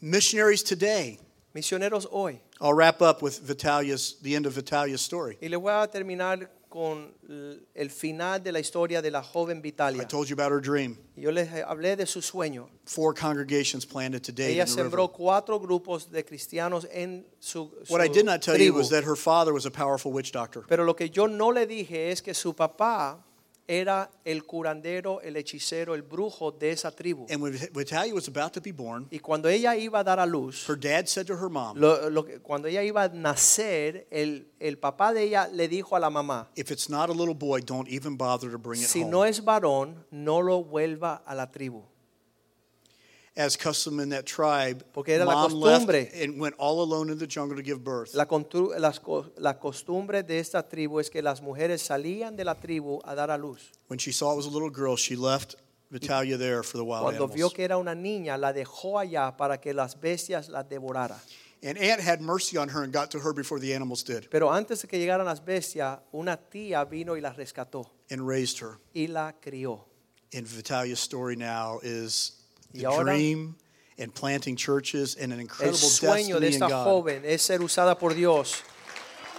Speaker 2: missionaries today.
Speaker 1: Misioneros hoy.
Speaker 2: I'll wrap up with Vitalia's, the end of Vitalia's story.
Speaker 1: Y les voy a terminar con l- el final de la historia de la joven
Speaker 2: I
Speaker 1: Vitalia.
Speaker 2: told you about her dream.
Speaker 1: Yo les hablé de su sueño.
Speaker 2: Four congregations planted today
Speaker 1: Ella
Speaker 2: in the river.
Speaker 1: sembró cuatro grupos de cristianos en su, su
Speaker 2: What I did not tell you
Speaker 1: tribu.
Speaker 2: was that her father was a powerful witch doctor.
Speaker 1: Pero lo que yo no le dije es que su papá era el curandero, el hechicero, el brujo de esa tribu.
Speaker 2: And when Vitalia was about to be born,
Speaker 1: Y cuando ella iba a dar a luz,
Speaker 2: her dad said to her mom,
Speaker 1: lo- lo que- cuando ella iba a nacer, el, el papá de ella le dijo a la mamá,
Speaker 2: If it's not a little boy, don't even bother to bring it
Speaker 1: si
Speaker 2: home.
Speaker 1: no es varón, no lo vuelva a la tribu.
Speaker 2: As custom in that tribe,
Speaker 1: Porque era la
Speaker 2: mom left
Speaker 1: costumbre.
Speaker 2: and went all alone in the jungle to give birth.
Speaker 1: La, contru- las co- la costumbre de esta tribu es que las mujeres salían de la tribu a dar a luz.
Speaker 2: When she saw it was a little girl, she left Vitalia there for the wild
Speaker 1: Cuando vio
Speaker 2: animals.
Speaker 1: que era una niña, la dejó allá para que las bestias la devoraran.
Speaker 2: And Aunt had mercy on her and got to her before the animals did
Speaker 1: Pero antes de que llegaran las bestias, una tía vino y la rescató
Speaker 2: and raised her.
Speaker 1: y la crió.
Speaker 2: And Vitalia's story now is
Speaker 1: Y
Speaker 2: the
Speaker 1: ahora-
Speaker 2: dream and planting churches and an
Speaker 1: El
Speaker 2: incredible
Speaker 1: sueño de
Speaker 2: destiny in
Speaker 1: esta
Speaker 2: God.
Speaker 1: joven es ser usada por Dios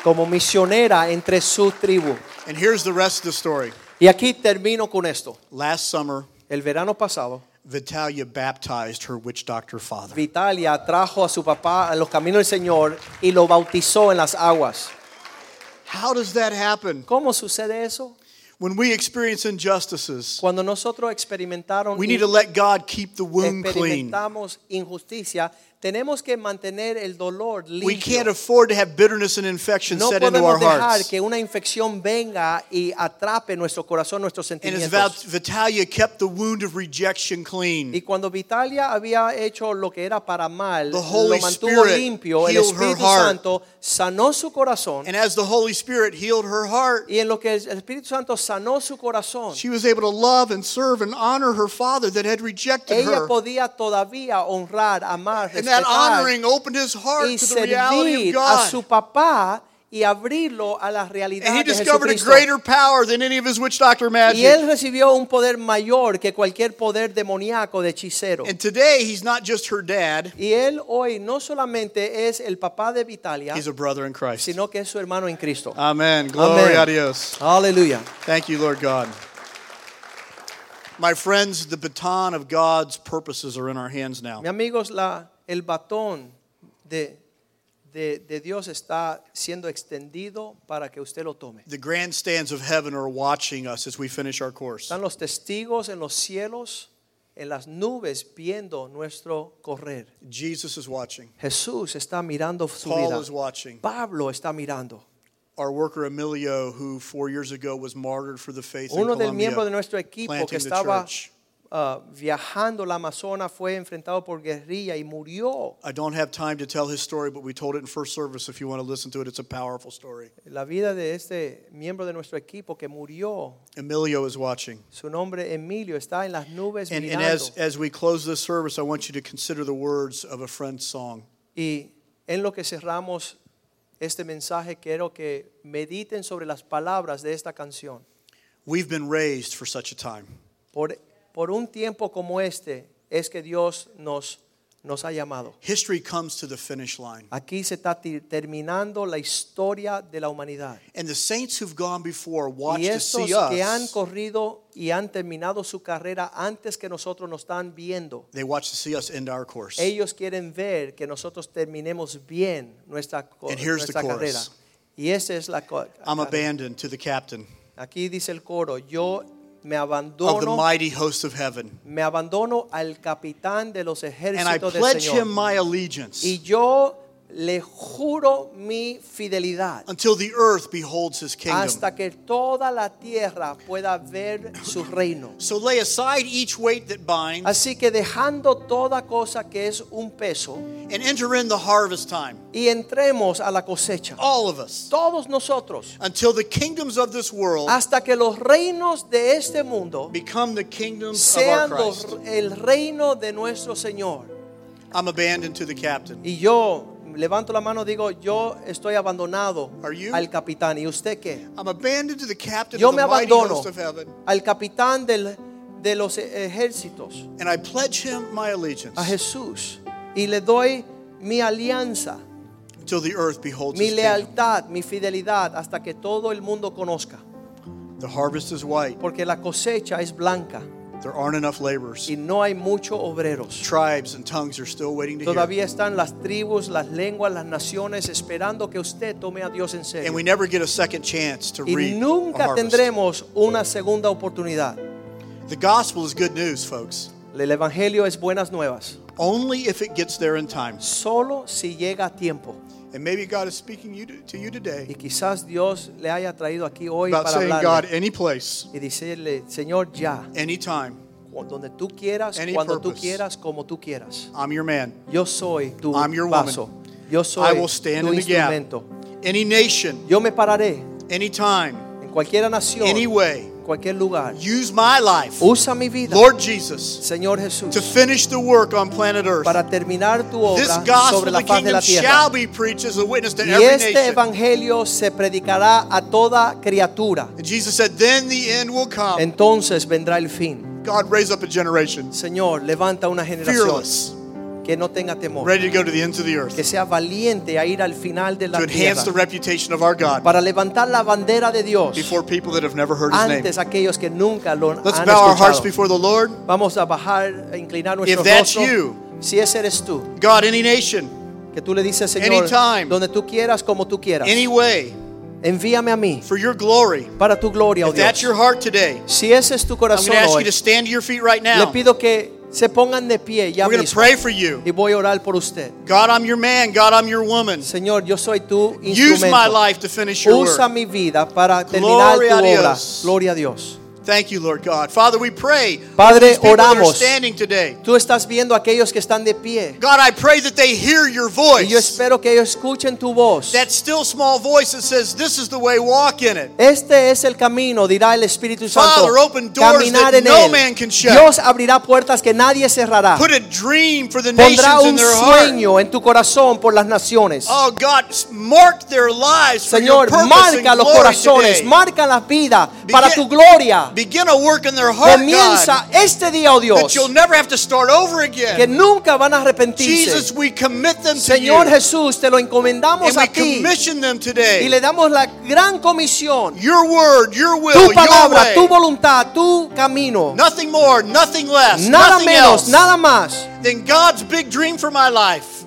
Speaker 1: como misionera entre su tribu.
Speaker 2: And here's the rest of the story.
Speaker 1: Y aquí termino con esto.
Speaker 2: Last summer,
Speaker 1: El verano pasado,
Speaker 2: Vitalia baptized her witch doctor father.
Speaker 1: Vitalia trajo a su papá a los caminos del Señor y lo bautizó en las aguas.
Speaker 2: How does that happen?
Speaker 1: ¿Cómo sucede eso?
Speaker 2: When we experience injustices,
Speaker 1: Cuando nosotros experimentaron
Speaker 2: we need to let God keep the wound clean.
Speaker 1: experimentamos injusticia, tenemos que mantener el dolor limpio.
Speaker 2: We can't afford to have bitterness and infection
Speaker 1: no
Speaker 2: set into
Speaker 1: podemos
Speaker 2: our
Speaker 1: dejar
Speaker 2: hearts.
Speaker 1: que una infección venga y atrape nuestro corazón, nuestros
Speaker 2: And as
Speaker 1: sentimientos.
Speaker 2: Vat- Vitalia kept the wound of rejection clean,
Speaker 1: Y cuando Vitalia había hecho lo que era para mal,
Speaker 2: The Holy
Speaker 1: lo mantuvo
Speaker 2: Spirit
Speaker 1: limpio, el
Speaker 2: healed her
Speaker 1: Espíritu
Speaker 2: heart.
Speaker 1: Santo sanó su corazón.
Speaker 2: and as the Holy Spirit healed her heart,
Speaker 1: y en lo que el Espíritu Santo sanó su corazón,
Speaker 2: she was able to love and serve and honor her father that had rejected
Speaker 1: ella
Speaker 2: her.
Speaker 1: podía todavía honrar, amar,
Speaker 2: And that
Speaker 1: respetar
Speaker 2: honoring opened his heart
Speaker 1: y
Speaker 2: to the reality of
Speaker 1: servir a
Speaker 2: God.
Speaker 1: su papá y abrirlo a la
Speaker 2: And he
Speaker 1: realidad de
Speaker 2: discovered a
Speaker 1: Jesucristo.
Speaker 2: greater power than any of his witch doctor
Speaker 1: Y él
Speaker 2: magic.
Speaker 1: recibió un poder mayor que cualquier poder demoníaco de hechicero.
Speaker 2: And today, he's not just her dad,
Speaker 1: Y él hoy no solamente es el papá de Vitalia,
Speaker 2: he's a brother in Christ.
Speaker 1: sino que es su hermano en Cristo.
Speaker 2: Amen. Glory a
Speaker 1: Amén.
Speaker 2: Dios.
Speaker 1: Aleluya.
Speaker 2: Thank you, Lord God. My friends, the baton of God's purposes are in our hands now.
Speaker 1: Mis amigos, la, el batón de, de- de Dios está siendo extendido para que usted lo tome.
Speaker 2: The grandstands of heaven are watching us as we finish our course.
Speaker 1: Están los testigos en los cielos, en las nubes, viendo nuestro correr.
Speaker 2: Jesus is watching.
Speaker 1: Jesús está mirando su
Speaker 2: Paul is
Speaker 1: vida.
Speaker 2: watching.
Speaker 1: Pablo está mirando.
Speaker 2: Our worker Emilio, who four years ago was martyred for the faith
Speaker 1: Uno
Speaker 2: in
Speaker 1: del
Speaker 2: Colombia,
Speaker 1: miembro de nuestro equipo que
Speaker 2: planting the
Speaker 1: estaba
Speaker 2: church.
Speaker 1: ah, viajando la Amazonas fue enfrentado por guerrilla y murió.
Speaker 2: I don't have time to tell his story, but we told it in first service. If you want to listen to it, it's a powerful story.
Speaker 1: La vida de este miembro de nuestro equipo que murió,
Speaker 2: Emilio is watching.
Speaker 1: su nombre Emilio, está en las nubes
Speaker 2: And, and
Speaker 1: mirando.
Speaker 2: as, eh, as we close this service, I want you to consider the words of a friend's song.
Speaker 1: y en lo que cerramos este mensaje, quiero que mediten sobre las palabras de esta canción.
Speaker 2: We've been raised for such a time.
Speaker 1: Por, por un tiempo como este es que Dios nos, nos ha llamado.
Speaker 2: History comes to the finish line.
Speaker 1: Aquí se está ti- terminando la historia de la humanidad.
Speaker 2: And the saints who've gone before watch
Speaker 1: Y
Speaker 2: to
Speaker 1: estos
Speaker 2: see
Speaker 1: que han
Speaker 2: us.
Speaker 1: corrido y han terminado su carrera antes que nosotros nos están viendo,
Speaker 2: They watch to see us end our course.
Speaker 1: ellos quieren ver que nosotros terminemos bien nuestra, co-
Speaker 2: And here's the
Speaker 1: nuestra
Speaker 2: chorus.
Speaker 1: carrera. Y esa es la co-
Speaker 2: I'm
Speaker 1: carrera.
Speaker 2: abandoned to the captain
Speaker 1: Aquí dice el coro, yo me
Speaker 2: of the
Speaker 1: abandono,
Speaker 2: mighty host of heaven.
Speaker 1: me abandono al capitán de los
Speaker 2: And I
Speaker 1: ejércitos del
Speaker 2: pledge him
Speaker 1: Señor.
Speaker 2: my allegiance.
Speaker 1: Y yo le juro mi fidelidad
Speaker 2: until the earth beholds his kingdom.
Speaker 1: hasta que toda la tierra pueda ver su reino.
Speaker 2: So lay aside each weight that binds
Speaker 1: Así que dejando toda cosa que es un peso
Speaker 2: and enter in the harvest time.
Speaker 1: y entremos a la cosecha.
Speaker 2: All of us.
Speaker 1: Todos nosotros,
Speaker 2: Until the kingdoms of this world
Speaker 1: hasta que los reinos de este mundo
Speaker 2: become the kingdoms of our
Speaker 1: sean los-
Speaker 2: Christ.
Speaker 1: el reino de nuestro Señor.
Speaker 2: I'm abandoned to the captain.
Speaker 1: Y yo levanto la mano, digo, yo estoy abandonado
Speaker 2: Are you?
Speaker 1: al capitán. ¿Y usted qué?
Speaker 2: I'm abandoned to the captain
Speaker 1: Yo
Speaker 2: of
Speaker 1: me
Speaker 2: the mighty
Speaker 1: abandono
Speaker 2: host of heaven.
Speaker 1: al capitán del- de los e, ejércitos,
Speaker 2: And I pledge him my allegiance
Speaker 1: a Jesús, y le doy mi alianza,
Speaker 2: until the earth beholds
Speaker 1: mi
Speaker 2: his kingdom.
Speaker 1: lealtad, mi fidelidad, hasta que todo el mundo conozca.
Speaker 2: The harvest is white.
Speaker 1: Porque la cosecha es blanca
Speaker 2: There aren't enough laborers.
Speaker 1: y no hay muchos obreros.
Speaker 2: Tribes and tongues are still waiting to hear.
Speaker 1: Todavía están las tribus, las lenguas, las naciones esperando que usted tome a Dios en
Speaker 2: And
Speaker 1: serio.
Speaker 2: we never get a second chance to
Speaker 1: Y
Speaker 2: reap a
Speaker 1: nunca
Speaker 2: harvest.
Speaker 1: tendremos una segunda oportunidad.
Speaker 2: The gospel is good news, folks.
Speaker 1: El evangelio es buenas nuevas,
Speaker 2: Only if it gets there in time.
Speaker 1: solo si llega a tiempo.
Speaker 2: And maybe God is speaking you to, to you
Speaker 1: Y
Speaker 2: today
Speaker 1: quizás Dios le haya traído aquí hoy
Speaker 2: about
Speaker 1: para
Speaker 2: saying, God,
Speaker 1: hablar
Speaker 2: any place,
Speaker 1: y decirle, Señor, ya,
Speaker 2: any time,
Speaker 1: cu- donde tú quieras,
Speaker 2: Any
Speaker 1: cuando tú
Speaker 2: purpose.
Speaker 1: quieras, como tú quieras.
Speaker 2: I'm your man.
Speaker 1: Yo soy tu
Speaker 2: I'm your woman.
Speaker 1: vaso. Yo soy
Speaker 2: I will stand
Speaker 1: tu
Speaker 2: in the gap.
Speaker 1: instrumento.
Speaker 2: Any nation,
Speaker 1: Yo me pararé
Speaker 2: any time,
Speaker 1: en cualquier nación,
Speaker 2: any way.
Speaker 1: en cualquier lugar.
Speaker 2: Use my life,
Speaker 1: Usa mi vida,
Speaker 2: Lord Jesus,
Speaker 1: Señor Jesús,
Speaker 2: to finish the work on planet Earth.
Speaker 1: para terminar tu
Speaker 2: This
Speaker 1: obra
Speaker 2: gospel
Speaker 1: sobre
Speaker 2: of the
Speaker 1: la faz de
Speaker 2: kingdom
Speaker 1: la tierra.
Speaker 2: shall be preached as a witness to
Speaker 1: Y
Speaker 2: every
Speaker 1: este
Speaker 2: nation.
Speaker 1: evangelio se predicará a toda criatura.
Speaker 2: And Jesus said, Then the end will come.
Speaker 1: Entonces vendrá el fin.
Speaker 2: God raise up a generation
Speaker 1: Señor, levanta una generación
Speaker 2: fearless,
Speaker 1: que no tenga temor,
Speaker 2: ready to go to the ends of the earth,
Speaker 1: que sea valiente a ir al final de la
Speaker 2: to enhance
Speaker 1: tierra
Speaker 2: the reputation of our God
Speaker 1: para levantar la bandera de Dios
Speaker 2: before people that have never heard his name.
Speaker 1: antes aquellos que nunca lo han
Speaker 2: Let's bow our hearts
Speaker 1: escuchado.
Speaker 2: before the Lord.
Speaker 1: Vamos a bajar, a inclinar nuestro
Speaker 2: If that's
Speaker 1: rostro.
Speaker 2: you,
Speaker 1: si ese eres tú,
Speaker 2: God, any nation,
Speaker 1: que tú le dices Señor,
Speaker 2: anytime,
Speaker 1: donde tú quieras, como tú quieras,
Speaker 2: any way,
Speaker 1: envíame a mí
Speaker 2: for your glory.
Speaker 1: para tu gloria, oh
Speaker 2: If that's
Speaker 1: Dios.
Speaker 2: your heart today,
Speaker 1: Si ese es tu
Speaker 2: I'm
Speaker 1: corazón
Speaker 2: going to ask
Speaker 1: hoy,
Speaker 2: you to stand to your feet right
Speaker 1: le
Speaker 2: now. We're
Speaker 1: pido que se pongan de pie ya
Speaker 2: going to
Speaker 1: mismo
Speaker 2: pray for you.
Speaker 1: y voy a orar por usted.
Speaker 2: God, I'm your man. God, I'm your woman.
Speaker 1: Señor, yo soy tu
Speaker 2: Use my
Speaker 1: instrumento.
Speaker 2: life to finish your
Speaker 1: Usa
Speaker 2: work.
Speaker 1: mi vida para terminar
Speaker 2: Gloria a
Speaker 1: tu obra.
Speaker 2: Dios.
Speaker 1: Gloria a Dios.
Speaker 2: Thank you, Lord God. Father, we pray. for
Speaker 1: Padre,
Speaker 2: these people that are
Speaker 1: oramos.
Speaker 2: standing today.
Speaker 1: Tú estás viendo a aquellos que están de pie.
Speaker 2: God, I pray that they hear
Speaker 1: Y yo
Speaker 2: your voice.
Speaker 1: espero que ellos escuchen tu voz.
Speaker 2: That still small voice that says, This is the way, walk in it.
Speaker 1: Este es el camino, dirá el Espíritu Santo.
Speaker 2: Father, open doors
Speaker 1: Caminar
Speaker 2: that
Speaker 1: en
Speaker 2: no
Speaker 1: él.
Speaker 2: man can shut.
Speaker 1: Dios abrirá puertas que nadie cerrará.
Speaker 2: Put a dream for the
Speaker 1: Pondrá
Speaker 2: nations in
Speaker 1: un
Speaker 2: their heart.
Speaker 1: sueño en tu corazón por las naciones.
Speaker 2: Oh God, s- mark their lives for your
Speaker 1: Señor,
Speaker 2: purpose
Speaker 1: marca
Speaker 2: and
Speaker 1: los
Speaker 2: glory
Speaker 1: corazones,
Speaker 2: today.
Speaker 1: marca las vidas para
Speaker 2: Begin-
Speaker 1: tu gloria.
Speaker 2: Begin a work in their heart,
Speaker 1: Comienza
Speaker 2: God,
Speaker 1: este día, oh
Speaker 2: that
Speaker 1: Dios,
Speaker 2: you'll never have to start over
Speaker 1: que
Speaker 2: again.
Speaker 1: nunca van a
Speaker 2: Jesus,
Speaker 1: arrepentirse.
Speaker 2: we commit them to you.
Speaker 1: Señor Jesús, te lo
Speaker 2: and
Speaker 1: encomendamos
Speaker 2: we
Speaker 1: a ti.
Speaker 2: commission them
Speaker 1: y
Speaker 2: today.
Speaker 1: le damos la gran comisión,
Speaker 2: Your word, your will,
Speaker 1: tu
Speaker 2: your
Speaker 1: palabra,
Speaker 2: way.
Speaker 1: tu voluntad, tu camino,
Speaker 2: Nothing more, nothing less,
Speaker 1: nada
Speaker 2: nothing
Speaker 1: menos,
Speaker 2: else
Speaker 3: nada
Speaker 1: nada más,
Speaker 2: than God's big dream for my life.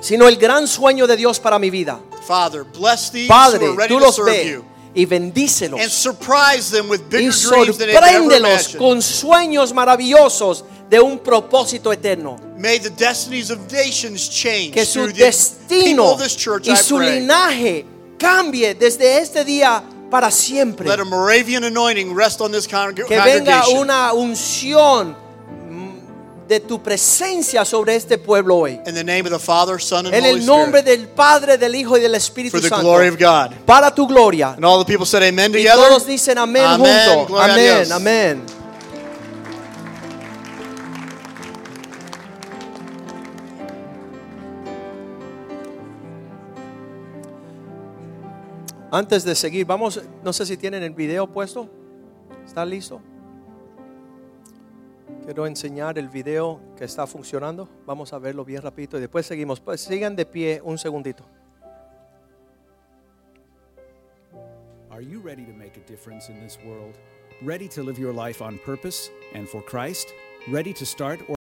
Speaker 1: sino el gran sueño de Dios para mi vida.
Speaker 2: Father, bless these who
Speaker 1: Padre,
Speaker 2: are ready
Speaker 1: tú
Speaker 2: to
Speaker 1: los
Speaker 2: serve
Speaker 1: ves
Speaker 2: you.
Speaker 1: y
Speaker 2: And
Speaker 1: bendícelos
Speaker 2: surprise them with
Speaker 1: y
Speaker 2: bigger dreams than they've ever
Speaker 1: sorpréndelos
Speaker 2: imagined.
Speaker 1: con sueños maravillosos de un propósito eterno.
Speaker 2: May the destinies of nations change
Speaker 1: Que su
Speaker 2: through the people
Speaker 1: destino
Speaker 2: of this church,
Speaker 1: y
Speaker 2: I
Speaker 1: su
Speaker 2: pray.
Speaker 1: linaje cambie desde este día para siempre.
Speaker 2: Let 'em a Moravian anointing rest on this congreg-
Speaker 1: Que venga
Speaker 2: congregation.
Speaker 1: una unción mm, de tu presencia sobre este pueblo hoy.
Speaker 2: In the name of the Father, Son, and
Speaker 1: En
Speaker 2: Holy
Speaker 1: el nombre
Speaker 2: Spirit.
Speaker 1: del Padre, del Hijo y del Espíritu
Speaker 2: for the
Speaker 1: Santo.
Speaker 2: glory of God.
Speaker 1: Para tu gloria.
Speaker 2: And all the people said amen
Speaker 1: Y
Speaker 2: together.
Speaker 1: todos dicen amén
Speaker 2: Amén,
Speaker 1: junto.
Speaker 2: gloria a Dios.
Speaker 1: Amén, amén. Antes de seguir, vamos, no sé si tienen el video puesto. ¿Está listo? Quiero enseñar el video que está funcionando. Vamos a verlo bien rapidito y después seguimos. Pues sigan de pie un segundito.
Speaker 4: Are you ready to make a difference in this world? Ready to live your life on purpose and for Christ? Ready to start or